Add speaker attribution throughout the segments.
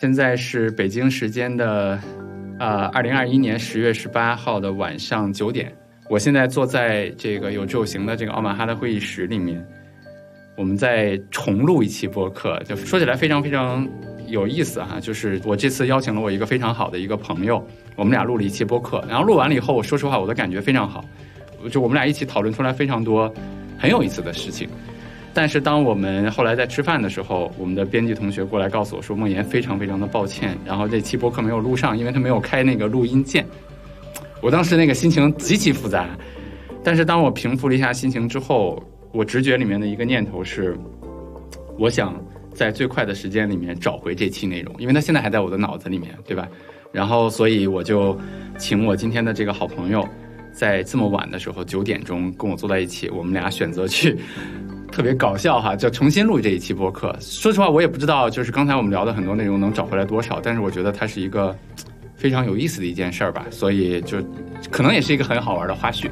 Speaker 1: 现在是北京时间的，呃，二零二一年十月十八号的晚上九点。我现在坐在这个有昼行的这个奥马哈的会议室里面，我们在重录一期播客。就说起来非常非常有意思哈、就是我这次邀请了我一个非常好的一个朋友，我们俩录了一期播客。然后录完了以后，我说实话，我的感觉非常好，就我们俩一起讨论出来非常多很有意思的事情。但是当我们后来在吃饭的时候，我们的编辑同学过来告诉我说，梦岩非常非常的抱歉，然后这期播客没有录上，因为他没有开那个录音键。我当时那个心情极其复杂，但是当我平复了一下心情之后，我直觉里面的一个念头是，我想在最快的时间里面找回这期内容，因为它现在还在我的脑子里面，对吧？然后，所以我就请我今天的这个好朋友，在这么晚的时候九点钟跟我坐在一起，我们俩选择去 特别搞笑哈，就重新录这一期播客。说实话，我也不知道，就是刚才我们聊的很多内容能找回来多少，但是我觉得它是一个非常有意思的一件事儿吧，所以就可能也是一个很好玩的花絮。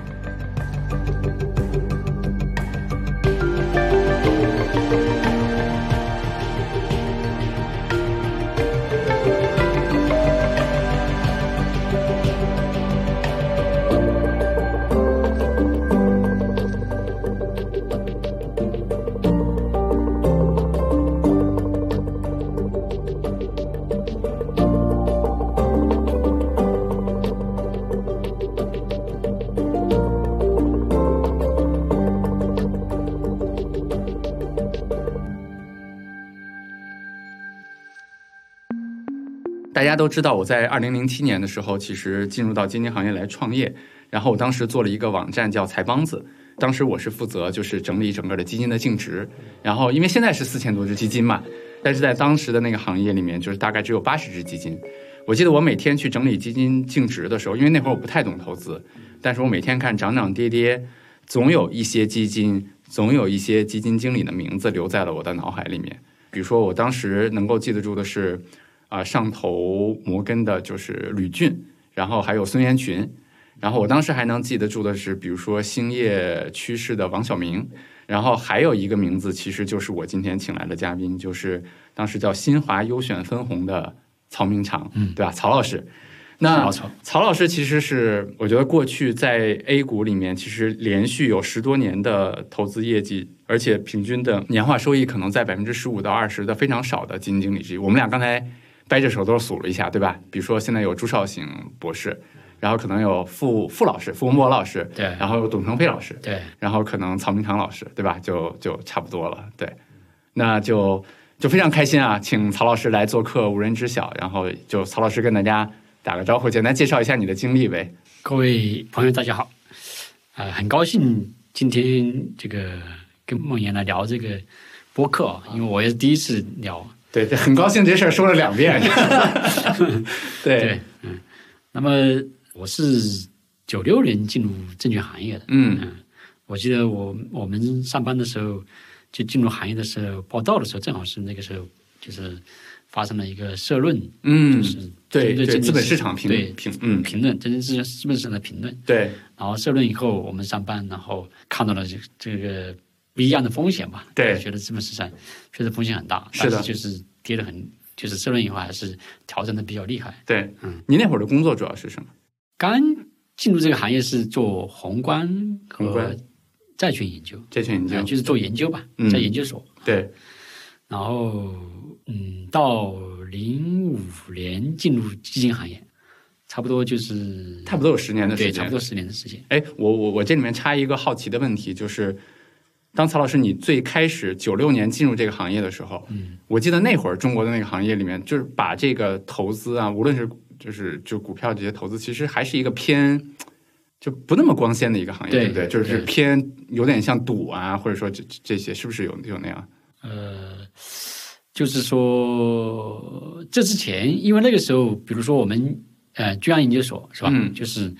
Speaker 1: 大家都知道，我在二零零七年的时候，其实进入到基金行业来创业。然后我当时做了一个网站叫财帮子，当时我是负责就是整理整个的基金的净值。然后因为现在是四千多只基金嘛，但是在当时的那个行业里面，就是大概只有八十只基金。我记得我每天去整理基金净值的时候，因为那会儿我不太懂投资，但是我每天看涨涨跌跌，总有一些基金，总有一些基金经理的名字留在了我的脑海里面。比如说，我当时能够记得住的是。啊、上头摩根的就是吕俊，然后还有孙元群，然后我当时还能记得住的是，比如说兴业趋势的王晓明，然后还有一个名字其实就是我今天请来的嘉宾，就是当时叫新华优选分红的曹明长，
Speaker 2: 嗯
Speaker 1: 对吧？曹老师。那
Speaker 2: 老曹
Speaker 1: 曹老师其实是，我觉得过去在 A 股里面，其实连续有十多年的投资业绩，而且平均的年化收益可能在百分之十五到二十的非常少的基金经理之一。我们俩刚才掰着手都数了一下，对吧？比如说现在有朱少醒博士，然后可能有傅傅老师、傅文博老师，
Speaker 2: 对
Speaker 1: 然后有董成飞老师，
Speaker 2: 对，
Speaker 1: 然后可能曹明堂老师，对吧？就就差不多了，对，那就就非常开心啊，请曹老师来做客，无人知晓。然后就曹老师跟大家打个招呼，简单介绍一下你的经历呗。
Speaker 2: 各位朋友大家好，啊、很高
Speaker 1: 嗯
Speaker 2: 兴今天这个跟梦妍来聊这个播客啊，因为我也是第一次聊。
Speaker 1: 对，对很高兴这事儿说了两 遍。对，
Speaker 2: 对，嗯，那么我是九六年进入证券行业的，
Speaker 1: 嗯
Speaker 2: 嗯，我记得我我们上班的时候，就进入行业的时候，报道的时候，正好是那个时候，就是发生了一个社论，
Speaker 1: 嗯
Speaker 2: 就，是
Speaker 1: 对
Speaker 2: 针对
Speaker 1: 对，
Speaker 2: 这
Speaker 1: 资本
Speaker 2: 件
Speaker 1: 市
Speaker 2: 事
Speaker 1: 场评
Speaker 2: 对
Speaker 1: 评，嗯，
Speaker 2: 评论，真正是资本市场的评论。
Speaker 1: 对
Speaker 2: 然后社论以后，我们上班，然后看到了这这个不一样的风险吧？
Speaker 1: 对
Speaker 2: 觉得资本市场确实风险很大，
Speaker 1: 是的
Speaker 2: 但就是跌得很，就是社论以后还是调整的比较厉害。
Speaker 1: 对
Speaker 2: 嗯，
Speaker 1: 你那会儿的工作主要是什么？
Speaker 2: 刚进入这个行业是做宏观
Speaker 1: 宏
Speaker 2: 和
Speaker 1: 观
Speaker 2: 债券研究，
Speaker 1: 这群
Speaker 2: 啊
Speaker 1: 研究，
Speaker 2: 就是做研究吧，
Speaker 1: 嗯
Speaker 2: 在研究所。
Speaker 1: 对，
Speaker 2: 然后，嗯，到零五年进入基金行业，差不多就是
Speaker 1: 差不多有十年的时
Speaker 2: 对，差
Speaker 1: 间
Speaker 2: 不多。十年的时间。
Speaker 1: 哎，我我我这里面插一个好奇的问题，就是当曹老师你最开始九六年进入这个行业的时候，
Speaker 2: 嗯，
Speaker 1: 我记得那会儿中国的那个行业里面，就是把这个投资啊，无论是就是就股票这些投资，其实还是一个偏。就不那么光鲜的一个行业，
Speaker 2: 对
Speaker 1: 不对？就是
Speaker 2: 对
Speaker 1: 偏有点像赌啊，或者说这这这些，是不是有有那样？
Speaker 2: 呃，就是说这之前，因为那个时候，比如说我们呃中央研究所是吧，
Speaker 1: 嗯
Speaker 2: 就是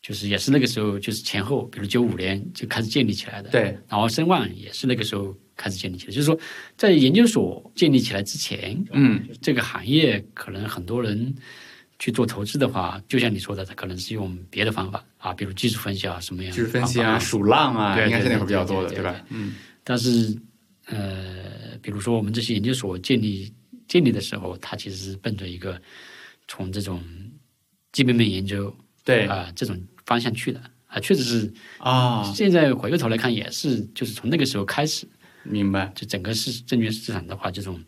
Speaker 2: 就是也是那个时候，就是前后，比如九五年就开始建立起来的，，
Speaker 1: 对，
Speaker 2: 然后申万也是那个时候开始建立起来，就是说在研究所建立起来之前，
Speaker 1: 嗯，
Speaker 2: 这个行业可能很多人。去做投资的话，就像你说的，他可能是用别的方法啊，比如技术分析啊，什么样的
Speaker 1: 技术分析
Speaker 2: 方法
Speaker 1: 啊，数浪啊，
Speaker 2: 对
Speaker 1: 应该是
Speaker 2: 对
Speaker 1: 那会儿比较
Speaker 2: 对
Speaker 1: 多的，
Speaker 2: 对
Speaker 1: 对
Speaker 2: 对
Speaker 1: 吧？嗯，
Speaker 2: 但是呃，比如说我们这些研究所建立建立的时候，它其实是奔着一个从这种基本面研究
Speaker 1: 对
Speaker 2: 啊、这种方向去的啊，确实是
Speaker 1: 啊，
Speaker 2: 现在回过头来看，也是就是从那个时候开始，
Speaker 1: 明白
Speaker 2: 就整个市证券市场的话，这种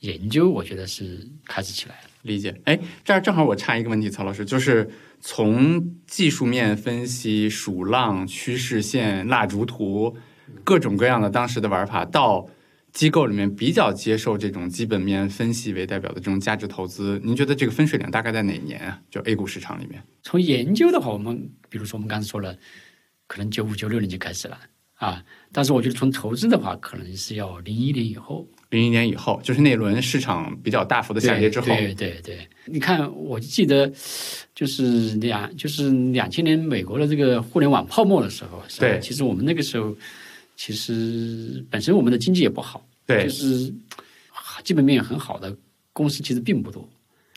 Speaker 2: 研究我觉得是开始起来了。
Speaker 1: 理解。哎，这儿正好我插一个问题，曹老师，就是从技术面分析数浪、趋势线、蜡烛图，各种各样的当时的玩法，到机构里面比较接受这种基本面分析为代表的这种价值投资，您觉得这个分水岭大概在哪年啊？就 A 股市场里面
Speaker 2: 从研究的话，我们比如说我们刚才说了，可能九五九六年就开始了啊，但是我觉得从投资的话，可能是要零一年以后。
Speaker 1: 零一年以后，就是那轮市场比较大幅的下跌之后，
Speaker 2: 对对对，你看，我记得就是两就是两千年美国的这个互联网泡沫的时候，是吧
Speaker 1: 对
Speaker 2: 其实我们那个时候其实本身我们的经济也不好，
Speaker 1: 对
Speaker 2: 就是啊基本面很好的公司其实并不多，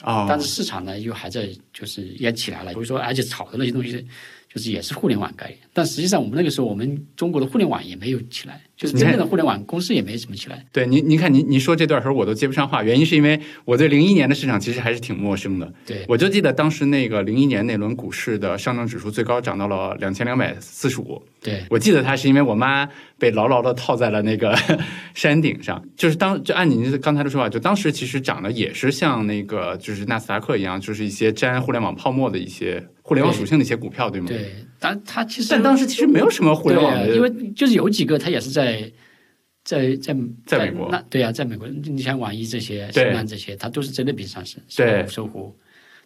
Speaker 1: 哦，
Speaker 2: 但是市场呢又还在就是也起来了，比如说而且炒的那些东西。就是也是互联网概念，但实际上我们那个时候，我们中国的互联网也没有起来，就是真正的互联网公司也没怎么起来。
Speaker 1: 对您，您看您您说这段时候我都接不上话，原因是因为我对零一年的市场其实还是挺陌生的。
Speaker 2: 对，
Speaker 1: 我就记得当时那个零一年那轮股市的上证指数最高涨到了两千两百四十五，
Speaker 2: 对，
Speaker 1: 我记得它是因为我妈被牢牢的套在了那个 山顶上，就是当就按您刚才的说法，就当时其实涨的也是像那个就是纳斯达克一样，就是一些沾互联网泡沫的一些互联网属性的一些股票，对吗？。
Speaker 2: 对，但它其实
Speaker 1: 嗯但当时其实没有什么互
Speaker 2: 对
Speaker 1: 联网
Speaker 2: 啊
Speaker 1: 的，
Speaker 2: 因为就是有几个他也是在在在
Speaker 1: 在美国
Speaker 2: 那对啊，在美国，你像网易这些、
Speaker 1: 对
Speaker 2: 新浪这些，它都是在那边上市，
Speaker 1: 对
Speaker 2: 搜搜狐，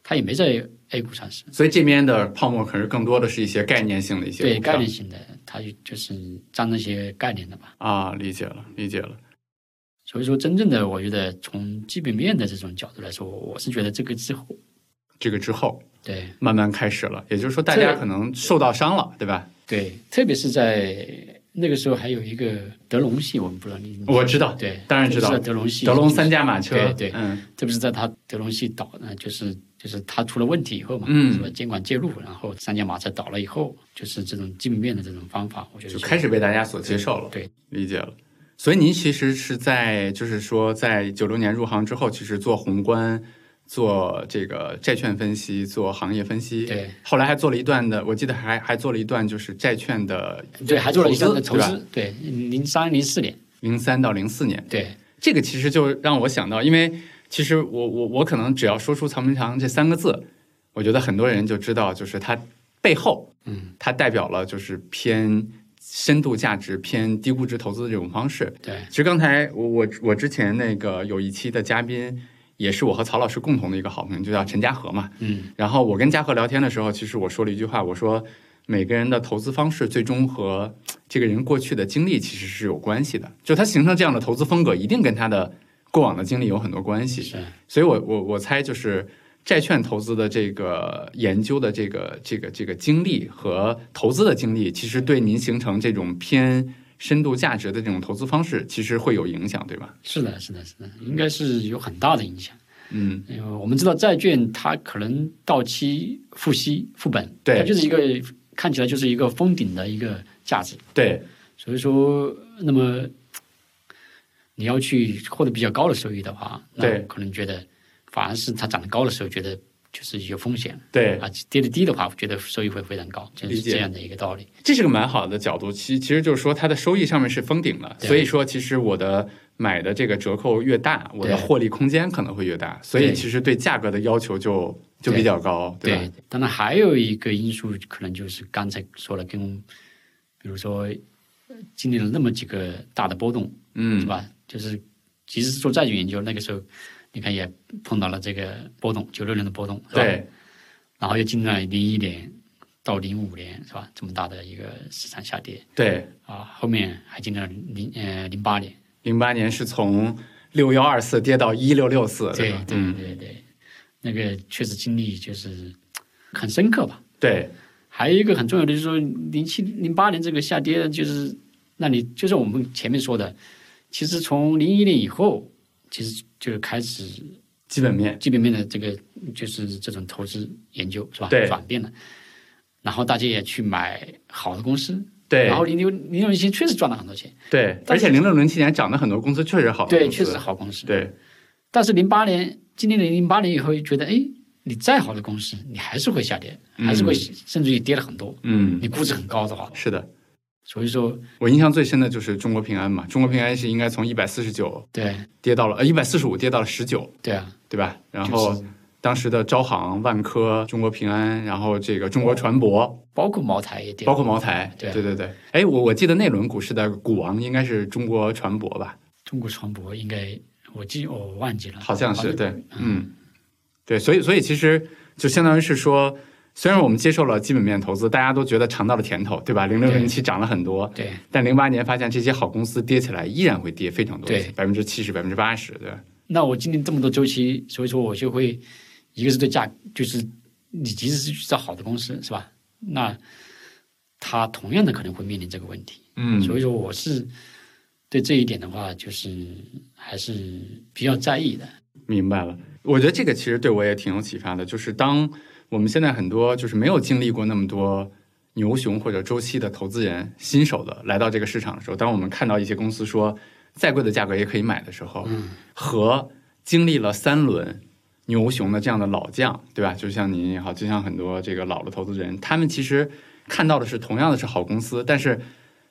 Speaker 2: 它也没在 A 股上市，
Speaker 1: 所以这边的泡沫可是更多的是一些概念性的一些
Speaker 2: 对
Speaker 1: 股票
Speaker 2: 概念型的，它就是沾那些概念的嘛。
Speaker 1: 啊，理解了，理解了。
Speaker 2: 所以说，真正的我觉得从基本面的这种角度来说，我是觉得这个之后，
Speaker 1: 这个之后
Speaker 2: 对
Speaker 1: 慢慢开始了，也就是说大家可能受到伤了，对吧？
Speaker 2: 对，特别是在那个时候还有一个德隆系，我们不知道你，你
Speaker 1: 我知道
Speaker 2: 对，
Speaker 1: 当然知道
Speaker 2: 特别是德隆系，
Speaker 1: 德龙三驾马车，
Speaker 2: 对对
Speaker 1: 嗯，
Speaker 2: 特别是在他德隆系倒呢，就是就是他出了问题以后嘛，
Speaker 1: 嗯
Speaker 2: 是吧？监管介入，然后三驾马车倒了以后，就是这种基本面的这种方法，我觉得
Speaker 1: 就是开始被大家所接受了，
Speaker 2: 对，
Speaker 1: 理解了。所以您其实是在，就是说，在九六年入行之后，其实做宏观、做这个债券分析、做行业分析，
Speaker 2: 对。
Speaker 1: 后来还做了一段的，我记得还还做了一段就是债券的
Speaker 2: 对，还做了一段的投
Speaker 1: 对吧，
Speaker 2: 资，对，零三零四年，
Speaker 1: 零三到零四年。
Speaker 2: 对
Speaker 1: 这个其实就让我想到，因为其实我我我可能只要说出曹明长这三个字，我觉得很多人就知道，就是它背后，
Speaker 2: 嗯，
Speaker 1: 它代表了就是偏深度价值、偏低估值投资的这种方式。
Speaker 2: 对
Speaker 1: 其实刚才我我我之前那个有一期的嘉宾，也是我和曹老师共同的一个好朋友，就叫陈嘉禾嘛。
Speaker 2: 嗯，
Speaker 1: 然后我跟嘉禾聊天的时候，其实我说了一句话，我说每个人的投资方式最终和这个人过去的经历其实是有关系的，就他形成这样的投资风格，一定跟他的过往的经历有很多关系。
Speaker 2: 是，
Speaker 1: 所以我我我猜就是债券投资的这个研究的这个这个这个经历和投资的经历，其实对您形成这种偏深度价值的这种投资方式，其实会有影响，对吧？
Speaker 2: 是的，是的，是的，应该是有很大的影响。
Speaker 1: 嗯，
Speaker 2: 因为我们知道债券它可能到期付息付本，
Speaker 1: 对
Speaker 2: 它就是一个看起来就是一个封顶的一个价值，
Speaker 1: 对，
Speaker 2: 所以说，那么你要去获得比较高的收益的话，那
Speaker 1: 对
Speaker 2: 可能觉得反而是它涨得高的时候，觉得就是有风险
Speaker 1: 对，
Speaker 2: 啊；跌得低的话，觉得收益会非常高，就
Speaker 1: 理
Speaker 2: 是
Speaker 1: 解
Speaker 2: 这样的一个道理。
Speaker 1: 这是个蛮好的角度，其其实就是说它的收益上面是封顶的，
Speaker 2: 对
Speaker 1: 所以说其实我的买的这个折扣越大，我的获利空间可能会越大，所以其实对价格的要求就就比较高，对吧？
Speaker 2: 当然还有一个因素，可能就是刚才说了，跟比如说呃经历了那么几个大的波动，是
Speaker 1: 嗯，
Speaker 2: 吧？就是即使是做债券研究，那个时候你看也碰到了这个波动，九六年的波动，是吧
Speaker 1: 对，
Speaker 2: 然后又经历了零一年到零五年是吧？这么大的一个市场下跌
Speaker 1: 对，
Speaker 2: 啊，后面还经历了零呃零八年，
Speaker 1: 零八年是从六幺二四跌到一六六四，
Speaker 2: 对
Speaker 1: 吧？
Speaker 2: 对
Speaker 1: 嗯，
Speaker 2: 对对，那个确实经历就是很深刻吧。
Speaker 1: 对，
Speaker 2: 还有一个很重要的就是说，零七零八年这个下跌，就是那你就是我们前面说的，其实从零一年以后，其实就开始
Speaker 1: 基本面，
Speaker 2: 基本面的这个就是这种投资研究是吧？
Speaker 1: 对
Speaker 2: 转变了，然后大家也去买好的公司，
Speaker 1: 对
Speaker 2: 然后零六零六年确实赚了很多钱，
Speaker 1: 对，而
Speaker 2: 但是
Speaker 1: 且零六零七年涨的很多公司确实好，
Speaker 2: 对，
Speaker 1: 公司
Speaker 2: 确实，好公司。
Speaker 1: 对
Speaker 2: 但是零八年经历了零八年以后，觉得哎，你再好的公司，你还是会下跌，还是会甚至于跌了很多。
Speaker 1: 嗯，
Speaker 2: 你估值很高的话，
Speaker 1: 是的。
Speaker 2: 所以说
Speaker 1: 我印象最深的就是中国平安嘛，中国平安是应该从一百四十九
Speaker 2: 对
Speaker 1: 跌到了呃一百四十五跌到了十九，
Speaker 2: 对啊，
Speaker 1: 对吧？然
Speaker 2: 就
Speaker 1: 后
Speaker 2: 是
Speaker 1: 当时的招行、万科、中国平安，然后这个中国船舶，
Speaker 2: 包括茅台也跌了，
Speaker 1: 包括茅台，
Speaker 2: 对
Speaker 1: 对对对。哎，我我记得那轮股市的股王应该是中国船舶吧？
Speaker 2: 中国船舶应该我记我忘记了，
Speaker 1: 好像是对，
Speaker 2: 嗯，
Speaker 1: 嗯，对，所以所以其实就相当于是说，虽然我们接受了基本面投资，大家都觉得尝到了甜头，对吧？零六零七涨了很多，
Speaker 2: 对
Speaker 1: 但零八年发现这些好公司跌起来依然会跌非常多
Speaker 2: 对，
Speaker 1: 百分之七十、百分之八十，对吧？
Speaker 2: 那我经历这么多周期，所以说我就会，一个是对价，就是你即使是去找好的公司，是吧？那他同样的可能会面临这个问题，
Speaker 1: 嗯
Speaker 2: 所以说我是对这一点的话，就是还是比较在意的。
Speaker 1: 明白了，我觉得这个其实对我也挺有启发的，就是当我们现在很多就是没有经历过那么多牛熊或者周期的投资人，新手的来到这个市场的时候，当我们看到一些公司说再贵的价格也可以买的时候，
Speaker 2: 嗯
Speaker 1: 和经历了三轮牛熊的这样的老将，对吧？就像您也好，就像很多这个老的投资人，他们其实看到的是同样的是好公司，但是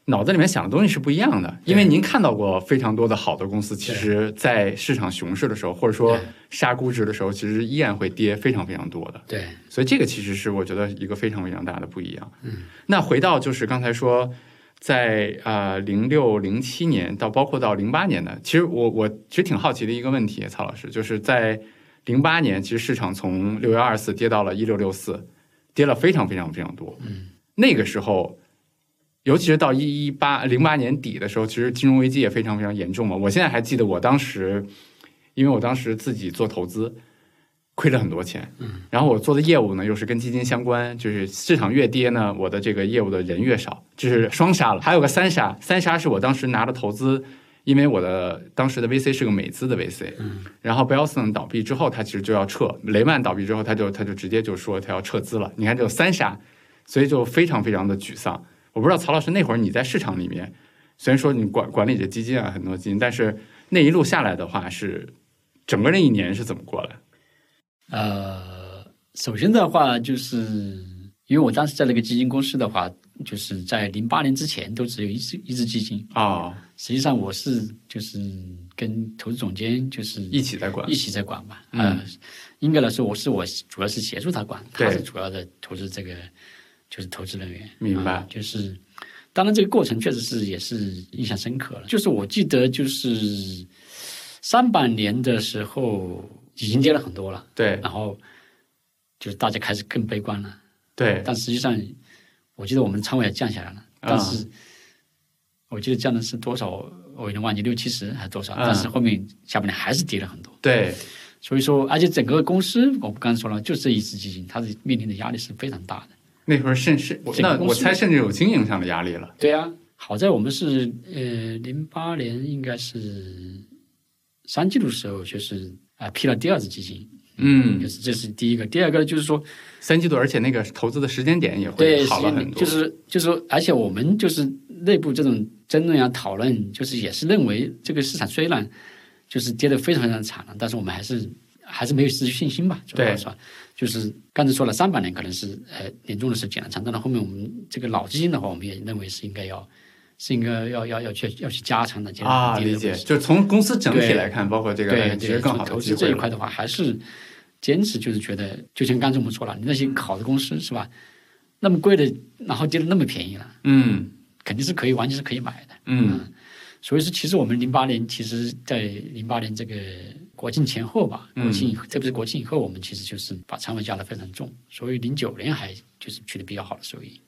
Speaker 1: 脑子里面想的东西是不一样的。因为您看到过非常多的好的公司，其实在市场熊市的时候，或者说
Speaker 2: 对
Speaker 1: 杀估值的时候，其实依然会跌非常非常多的。
Speaker 2: 对，
Speaker 1: 所以这个其实是我觉得一个非常非常大的不一样。嗯，那回到就是刚才说，在啊零六零七年到包括到零八年的，其实我我其实挺好奇的一个问题，曹老师，就是在零八年，其实市场从六幺二四跌到了一六六四，跌了非常非常非常多。
Speaker 2: 嗯，
Speaker 1: 那个时候。尤其是到一一八零八年底的时候，其实金融危机也非常非常严重嘛。我现在还记得我当时，因为我当时自己做投资，亏了很多钱。然后我做的业务呢，又是跟基金相关，就是市场越跌呢，我的这个业务的人越少，这是双杀了。还有个三杀，三杀是我当时拿的投资，因为我的当时的 VC 是个美资的 VC，然后 b e l s o n 倒闭之后，他其实就要撤，雷曼倒闭之后，他就他就直接就说他要撤资了。你看，这有三杀，所以就非常非常的沮丧。我不知道曹老师那会儿你在市场里面，虽然说你管管理着基金啊，很多基金，但是那一路下来的话是整个那一年是怎么过来？
Speaker 2: 呃，首先的话，就是因为我当时在那个基金公司的话，就是在零八年之前都只有一只一只基金，
Speaker 1: 哦，
Speaker 2: 实际上我是就是跟投资总监就是
Speaker 1: 一起在管
Speaker 2: 一起在管嘛，
Speaker 1: 嗯
Speaker 2: 呃，应该来说我是我主要是协助他管，他
Speaker 1: 对
Speaker 2: 是主要的投资这个就是投资人员，
Speaker 1: 明白
Speaker 2: 啊就是当然这个过程确实是也是印象深刻了，就是我记得就是上半年的时候已经跌了很多了，
Speaker 1: 对
Speaker 2: 然后就是大家开始更悲观了。
Speaker 1: 对，啊
Speaker 2: 但实际上，我记得我们仓位也降下来了，但是我记得降的是多少，我已经忘记六七十还是多少，
Speaker 1: 嗯
Speaker 2: 但是后面下半年还是跌了很多。
Speaker 1: 对，
Speaker 2: 所以说，而且整个公司，我刚才说了，就这一只基金，它是面临的压力是非常大的。
Speaker 1: 那会儿甚是我
Speaker 2: 这个
Speaker 1: 那
Speaker 2: 公
Speaker 1: 我
Speaker 2: 司
Speaker 1: 猜甚至有经营上的压力了。
Speaker 2: 对啊，好在我们是呃零八年应该是三季度时候，就是啊批了第二只基金，就
Speaker 1: 嗯，
Speaker 2: 是这是第一个，第二个就是说
Speaker 1: 三季度，而且那个投资的时间点也
Speaker 2: 对，
Speaker 1: 会好了
Speaker 2: 是
Speaker 1: 很多。
Speaker 2: 就是就是说，而且我们就是内部这种争论啊、讨论，就是也是认为这个市场虽然就是跌得非常非常惨了，但是我们还是还是没有失去信心吧，主
Speaker 1: 对
Speaker 2: 要是吧？就是刚才说了，上半年可能是呃严重的是减了仓，但是后面我们这个老基金的话，我们也认为是应该要是应该要要要去要去加仓的，减
Speaker 1: 啊，
Speaker 2: 低的
Speaker 1: 理解，
Speaker 2: 位置
Speaker 1: 就是从公司整体
Speaker 2: 对
Speaker 1: 来看，包括这
Speaker 2: 对
Speaker 1: 个其
Speaker 2: 对，
Speaker 1: 实更
Speaker 2: 就
Speaker 1: 好的
Speaker 2: 投
Speaker 1: 机
Speaker 2: 资这
Speaker 1: 会
Speaker 2: 一
Speaker 1: 了。
Speaker 2: 块的话，还是坚持就是觉得，就像刚才我们说了，你那些好的公司是吧？那么贵的，然后跌的那么便宜了，
Speaker 1: 嗯
Speaker 2: 肯定是可以，完全是可以买的。
Speaker 1: 嗯，
Speaker 2: 所以说，其实我们零八年，其实在零八年这个国庆前后吧，
Speaker 1: 嗯
Speaker 2: 国庆以后特别是国庆以后，我们其实就是把仓位加的非常重，所以零九年还就是取得比较好的收益。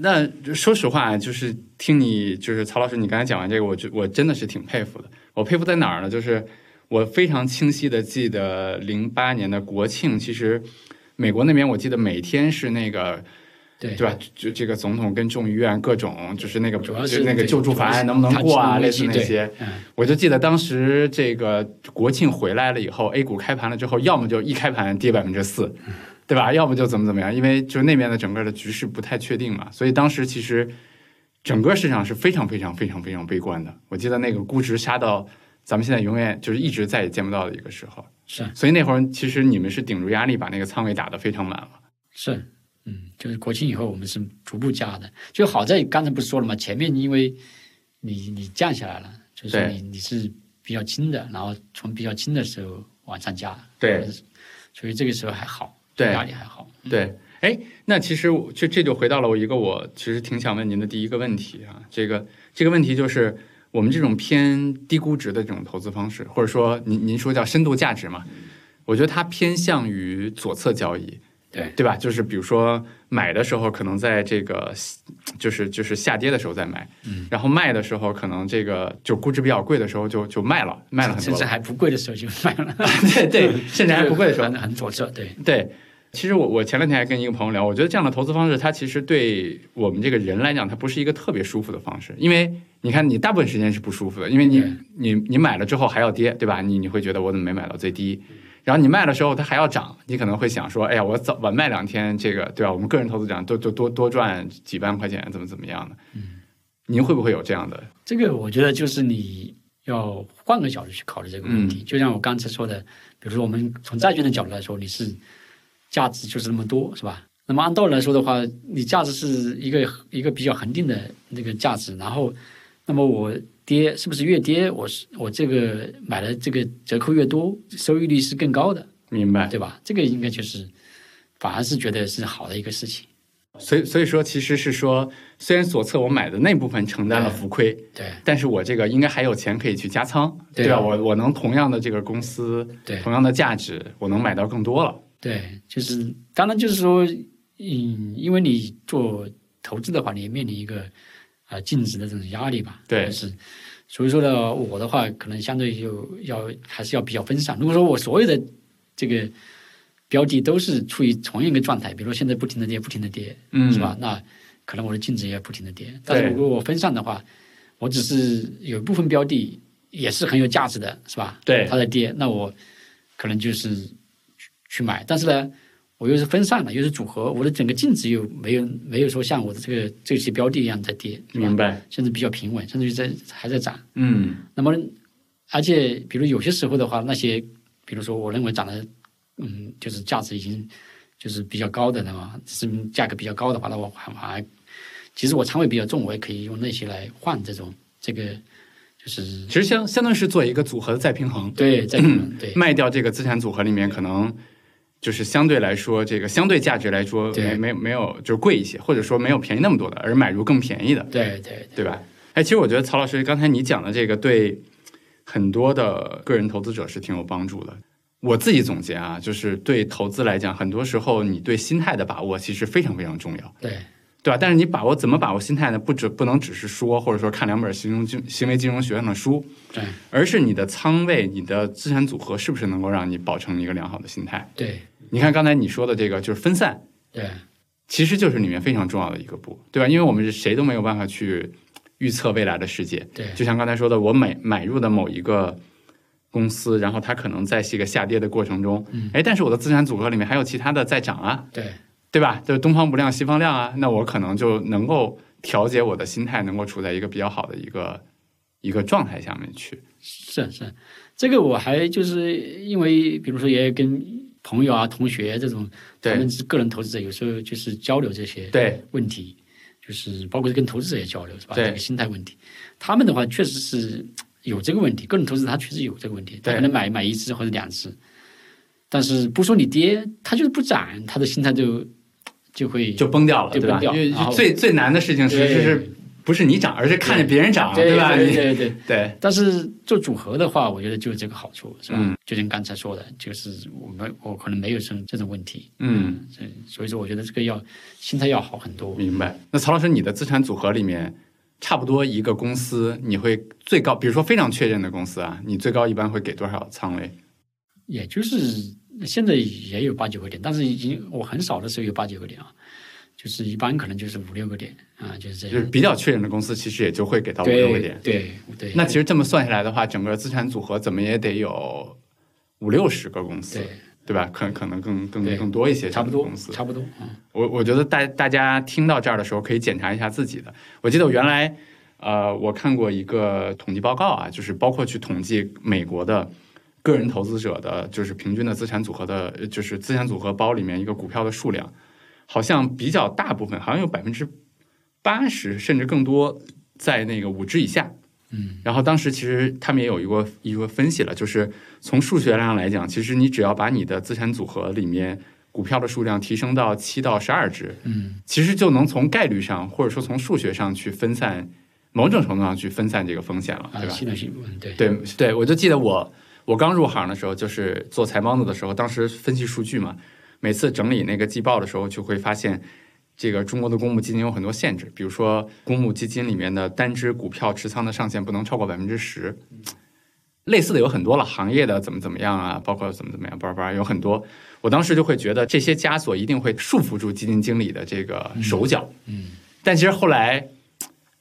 Speaker 1: 那说实话，就是听你就是曹老师，你刚才讲完这个，我就我真的是挺佩服的。我佩服在哪儿呢？就是我非常清晰的记得零八年的国庆，其实美国那边我记得每天是那个
Speaker 2: 对
Speaker 1: 对吧？就这个总统跟众议院各种就是那个
Speaker 2: 主要
Speaker 1: 就是那个
Speaker 2: 对
Speaker 1: 救助法案能不能过啊，类似那些。
Speaker 2: 嗯，
Speaker 1: 我就记得当时这个国庆回来了以后，A 股开盘了之后，要么就一开盘跌百分之四，对吧？要么就怎么怎么样，因为就那边的整个的局势不太确定嘛，所以当时其实整个市场是非常非常非常非常悲观的。我记得那个估值杀到咱们现在永远就是一直再也见不到的一个时候。
Speaker 2: 是啊
Speaker 1: 所以那会儿其实你们是顶住压力把那个仓位打得非常满了。
Speaker 2: 是，嗯，就是国庆以后我们是逐步加的，就好在刚才不是说了嘛，前面因为你你降下来了，就是说
Speaker 1: 对
Speaker 2: 你你是比较轻的，然后从比较轻的时候往上加，
Speaker 1: 对，
Speaker 2: 所以这个时候还好，
Speaker 1: 对
Speaker 2: 压力还好，
Speaker 1: 对，哎，那其实我这这就回到了我一个我其实挺想问您的第一个问题啊，这个这个问题就是我们这种偏低估值的这种投资方式，或者说您您说叫深度价值嘛，我觉得它偏向于左侧交易，
Speaker 2: 对
Speaker 1: 对吧？就是比如说买的时候可能在这个就是就是下跌的时候再买，
Speaker 2: 嗯，
Speaker 1: 然后卖的时候可能这个就估值比较贵的时候就就卖了，卖了很
Speaker 2: 甚
Speaker 1: 多
Speaker 2: 至
Speaker 1: 了，
Speaker 2: 还不贵的时候就买了，
Speaker 1: 对 对，甚至还不贵的时候
Speaker 2: 很很左侧，对，
Speaker 1: 对，其实我我前两天还跟一个朋友聊，我觉得这样的投资方式，它其实对我们这个人来讲，它不是一个特别舒服的方式，因为你看，你大部分时间是不舒服的，因为你
Speaker 2: 对
Speaker 1: 你你买了之后还要跌，对吧？你你会觉得我怎么没买到最低？然后你卖的时候它还要涨，你可能会想说，哎呀，我早晚卖两天，这个对吧？我们个人投资者多多多多赚几万块钱，怎么怎么样的？您会不会有这样的？
Speaker 2: 这个我觉得就是你要换个角度去考虑这个问题。就像我刚才说的，比如说我们从债券的角度来说，你是价值就是那么多，是吧？那么按道理来说的话，你价值是一个一个比较恒定的那个价值，然后，那么我跌是不是越跌，我是我这个买的这个折扣越多，收益率是更高的，
Speaker 1: 明白？
Speaker 2: 对吧？这个应该就是反而是觉得是好的一个事情，
Speaker 1: 所以所以说，其实是说，虽然左侧我买的那部分承担了浮亏，
Speaker 2: 对
Speaker 1: 但是我这个应该还有钱可以去加仓，
Speaker 2: 对
Speaker 1: 吧？我我能同样的这个公司，
Speaker 2: 对。
Speaker 1: 同样的价值，我能买到更多了。
Speaker 2: 对，就是当然就是说，嗯，因为你做投资的话，你也面临一个啊、呃净值的这种压力吧。
Speaker 1: 对
Speaker 2: 就是所以说呢，我的话可能相对就要还是要比较分散。如果说我所有的这个标的都是处于同样一个状态，比如说现在不停的跌，不停的跌，
Speaker 1: 嗯
Speaker 2: 是吧？那可能我的净值也不停的跌。但是
Speaker 1: 对
Speaker 2: 如果我分散的话，我只是有一部分标的也是很有价值的，是吧？
Speaker 1: 对
Speaker 2: 它在跌，那我可能就是去去买，但是呢，我又是分散了，又是组合，我的整个净值又没有没有说像我的这个这些标的一样在跌，是吧
Speaker 1: 明白？
Speaker 2: 甚至比较平稳，甚至于在还在涨。
Speaker 1: 嗯，
Speaker 2: 那么，而且比如有些时候的话，那些比如说我认为涨得，嗯，就是价值已经就是比较高的，那么是价格比较高的话，那我还还其实我仓位比较重，我也可以用那些来换这种这个就是
Speaker 1: 其实相相当于是做一个组合的再平衡，
Speaker 2: 对在 对
Speaker 1: 卖掉这个资产组合里面可能。就是相对来说，这个相对价值来说，
Speaker 2: 对
Speaker 1: 没没有没有就是贵一些，或者说没有便宜那么多的，而买入更便宜的，
Speaker 2: 对对
Speaker 1: 对吧？哎，其实我觉得曹老师刚才你讲的这个对很多的个人投资者是挺有帮助的。我自己总结啊，就是对投资来讲，很多时候你对心态的把握其实非常非常重要，
Speaker 2: 对
Speaker 1: 对吧？但是你把握怎么把握心态呢？不只不能只是说，或者说看两本行金行为金融学上的书，
Speaker 2: 对
Speaker 1: 而是你的仓位、你的资产组合是不是能够让你保持一个良好的心态？
Speaker 2: 对
Speaker 1: 你看刚才你说的这个就是分散，
Speaker 2: 对
Speaker 1: 其实就是里面非常重要的一个步，对吧？因为我们是谁都没有办法去预测未来的世界，
Speaker 2: 对
Speaker 1: 就像刚才说的，我买买入的某一个公司，然后它可能在这个下跌的过程中，
Speaker 2: 嗯
Speaker 1: 哎，但是我的资产组合里面还有其他的在涨啊，
Speaker 2: 对
Speaker 1: 对吧？就是东方不亮西方亮啊，那我可能就能够调节我的心态，能够处在一个比较好的一个一个状态下面去。
Speaker 2: 是是，这个我还就是因为比如说也跟朋友啊、同学这种，
Speaker 1: 对
Speaker 2: 他们是个人投资者，有时候就是交流这些。
Speaker 1: 对
Speaker 2: 问题，就是包括跟投资者也交流，是吧？
Speaker 1: 对
Speaker 2: 这个心态问题，他们的话确实是有这个问题，个人投资者他确实有这个问题，他
Speaker 1: 对
Speaker 2: 可能买买一只或者两只，但是不说你跌，他就是不涨，他的心态就就会
Speaker 1: 就崩掉了，
Speaker 2: 就
Speaker 1: 对吧？
Speaker 2: 崩掉
Speaker 1: 因为
Speaker 2: 然后
Speaker 1: 最最难的事情其实
Speaker 2: 对
Speaker 1: 是不是你涨，而是看着别人涨，啊
Speaker 2: 对
Speaker 1: 吧？
Speaker 2: 对
Speaker 1: 你
Speaker 2: 对对。
Speaker 1: 对
Speaker 2: 但是做组合的话，我觉得就有这个好处，是吧？
Speaker 1: 嗯
Speaker 2: 就像刚才说的，就是我们我可能没有这种这种问题，
Speaker 1: 嗯。
Speaker 2: 所以所以说我觉得这个要心态要好很多。
Speaker 1: 明白。那曹老师，你的资产组合里面，差不多一个公司，你会最高，比如说非常确认的公司啊，你最高一般会给多少仓位？
Speaker 2: 也就是现在也有八九个点，但是已经我很少的时候有八九个点啊，就是一般可能就是五六个点啊，就是这
Speaker 1: 就是
Speaker 2: 样。
Speaker 1: 比较确认的公司，其实也就会给到五六个
Speaker 2: 对
Speaker 1: 点。
Speaker 2: 对对，
Speaker 1: 那其实这么算下来的话，整个资产组合怎么也得有五六十个公司，
Speaker 2: 对
Speaker 1: 对吧？可可能更更
Speaker 2: 对
Speaker 1: 更多一些
Speaker 2: 差不多
Speaker 1: 公司，
Speaker 2: 差不多啊，
Speaker 1: 我我觉得大大家听到这儿的时候，可以检查一下自己的。我记得我原来呃，我看过一个统计报告啊，就是包括去统计美国的个人投资者的，就是平均的资产组合的，呃就是资产组合包里面一个股票的数量，好像比较大部分，好像有百分之八十甚至更多在那个五只以下。
Speaker 2: 嗯，
Speaker 1: 然后当时其实他们也有一个一个分析了，就是从数学上来讲，其实你只要把你的资产组合里面股票的数量提升到七到十二只，
Speaker 2: 嗯，
Speaker 1: 其实就能从概率上或者说从数学上去分散，某种程度上去分散这个风险了，
Speaker 2: 啊
Speaker 1: 对，吧？
Speaker 2: 系统性嗯，对，
Speaker 1: 对对，我就记得我我刚入行的时候，就是做财帮子的时候，当时分析数据嘛，每次整理那个季报的时候，就会发现这个中国的公募基金有很多限制，比如说公募基金里面的单只股票持仓的上限不能超过百分之十，类似的有很多了，行业的怎么怎么样啊，包括怎么怎么样，叭叭叭有很多。我当时就会觉得这些枷锁一定会束缚住基金经理的这个手脚，
Speaker 2: 嗯
Speaker 1: 但其实后来，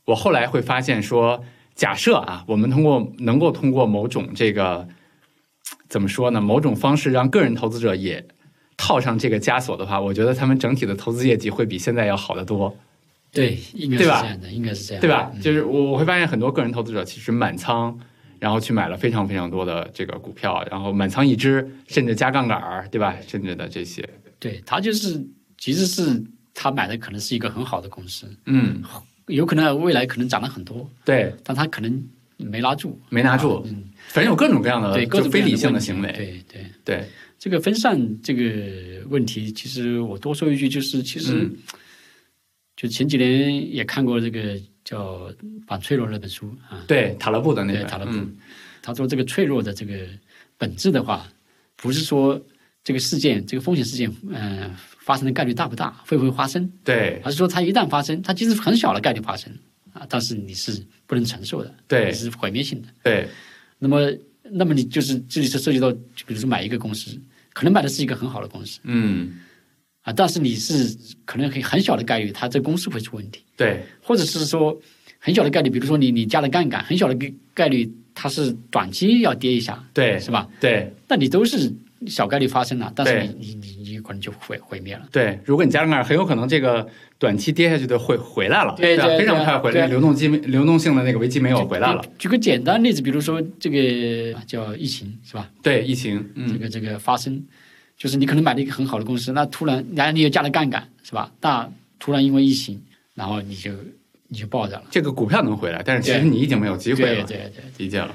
Speaker 1: 我后来会发现说，假设啊，我们通过能够通过某种这个怎么说呢，某种方式让个人投资者也套上这个枷锁的话，我觉得他们整体的投资业绩会比现在要好得多，
Speaker 2: 对，应该是
Speaker 1: 对
Speaker 2: 这
Speaker 1: 吧
Speaker 2: 样的，应该是这样的，
Speaker 1: 对吧？
Speaker 2: 嗯
Speaker 1: 就是我我会发现很多个人投资者其实满仓。然后去买了非常非常多的这个股票，然后满仓一只，甚至加杠杆儿，对吧？甚至的这些，
Speaker 2: 对他就是其实是他买的可能是一个很好的公司，
Speaker 1: 嗯，
Speaker 2: 有可能未来可能涨了很多，
Speaker 1: 对，
Speaker 2: 但他可能没拉住，
Speaker 1: 没拿住，
Speaker 2: 嗯，
Speaker 1: 反正有各种各样的
Speaker 2: 对，各
Speaker 1: 就
Speaker 2: 种各
Speaker 1: 非
Speaker 2: 样
Speaker 1: 理性的
Speaker 2: 问题
Speaker 1: 行为，
Speaker 2: 对对。
Speaker 1: 对，
Speaker 2: 这个分散这个问题，其实我多说一句，就是其实、
Speaker 1: 嗯
Speaker 2: 就前几年也看过这个叫反脆弱那本书啊，
Speaker 1: 对，塔勒布的那
Speaker 2: 对
Speaker 1: 个
Speaker 2: 塔勒布
Speaker 1: 嗯
Speaker 2: 他说这个脆弱的这个本质的话，不是说这个事件这个风险事件，嗯、发生的概率大不大，会不会发生，
Speaker 1: 对
Speaker 2: 而是说它一旦发生，它其实很小的概率发生啊，但是你是不能承受的，
Speaker 1: 对
Speaker 2: 你是毁灭性的。
Speaker 1: 对
Speaker 2: 那么，那么你就是这里是涉及到，就比如说买一个公司，可能买的是一个很好的公司。
Speaker 1: 嗯
Speaker 2: 啊，但是你是可能很很小的概率，它这公司会出问题，
Speaker 1: 对
Speaker 2: 或者是说很小的概率，比如说你你加了杠杆，很小的概概率它是短期要跌一下，
Speaker 1: 对
Speaker 2: 是吧？
Speaker 1: 对
Speaker 2: 那你都是小概率发生了，但是
Speaker 1: 对
Speaker 2: 你你你你可能就毁毁灭了。
Speaker 1: 对，如果你加杠杆，很有可能这个短期跌下去的会回来了，
Speaker 2: 对
Speaker 1: 吧
Speaker 2: 对
Speaker 1: 非常
Speaker 2: 对
Speaker 1: 快回
Speaker 2: 对
Speaker 1: 来，流动基流动性的那个危机没有回来了
Speaker 2: 举。举个简单例子，比如说这个啊叫疫情是吧？
Speaker 1: 对疫情，
Speaker 2: 这
Speaker 1: 嗯，
Speaker 2: 个这个发生，就是你可能买了一个很好的公司，那突然然后你又加了杠杆是吧？那突然因为疫情，然后你就你就爆炸了。
Speaker 1: 这个股票能回来，但是其实
Speaker 2: 对
Speaker 1: 你已经没有机
Speaker 2: 对
Speaker 1: 会
Speaker 2: 对
Speaker 1: 了。
Speaker 2: 对，
Speaker 1: 理解了。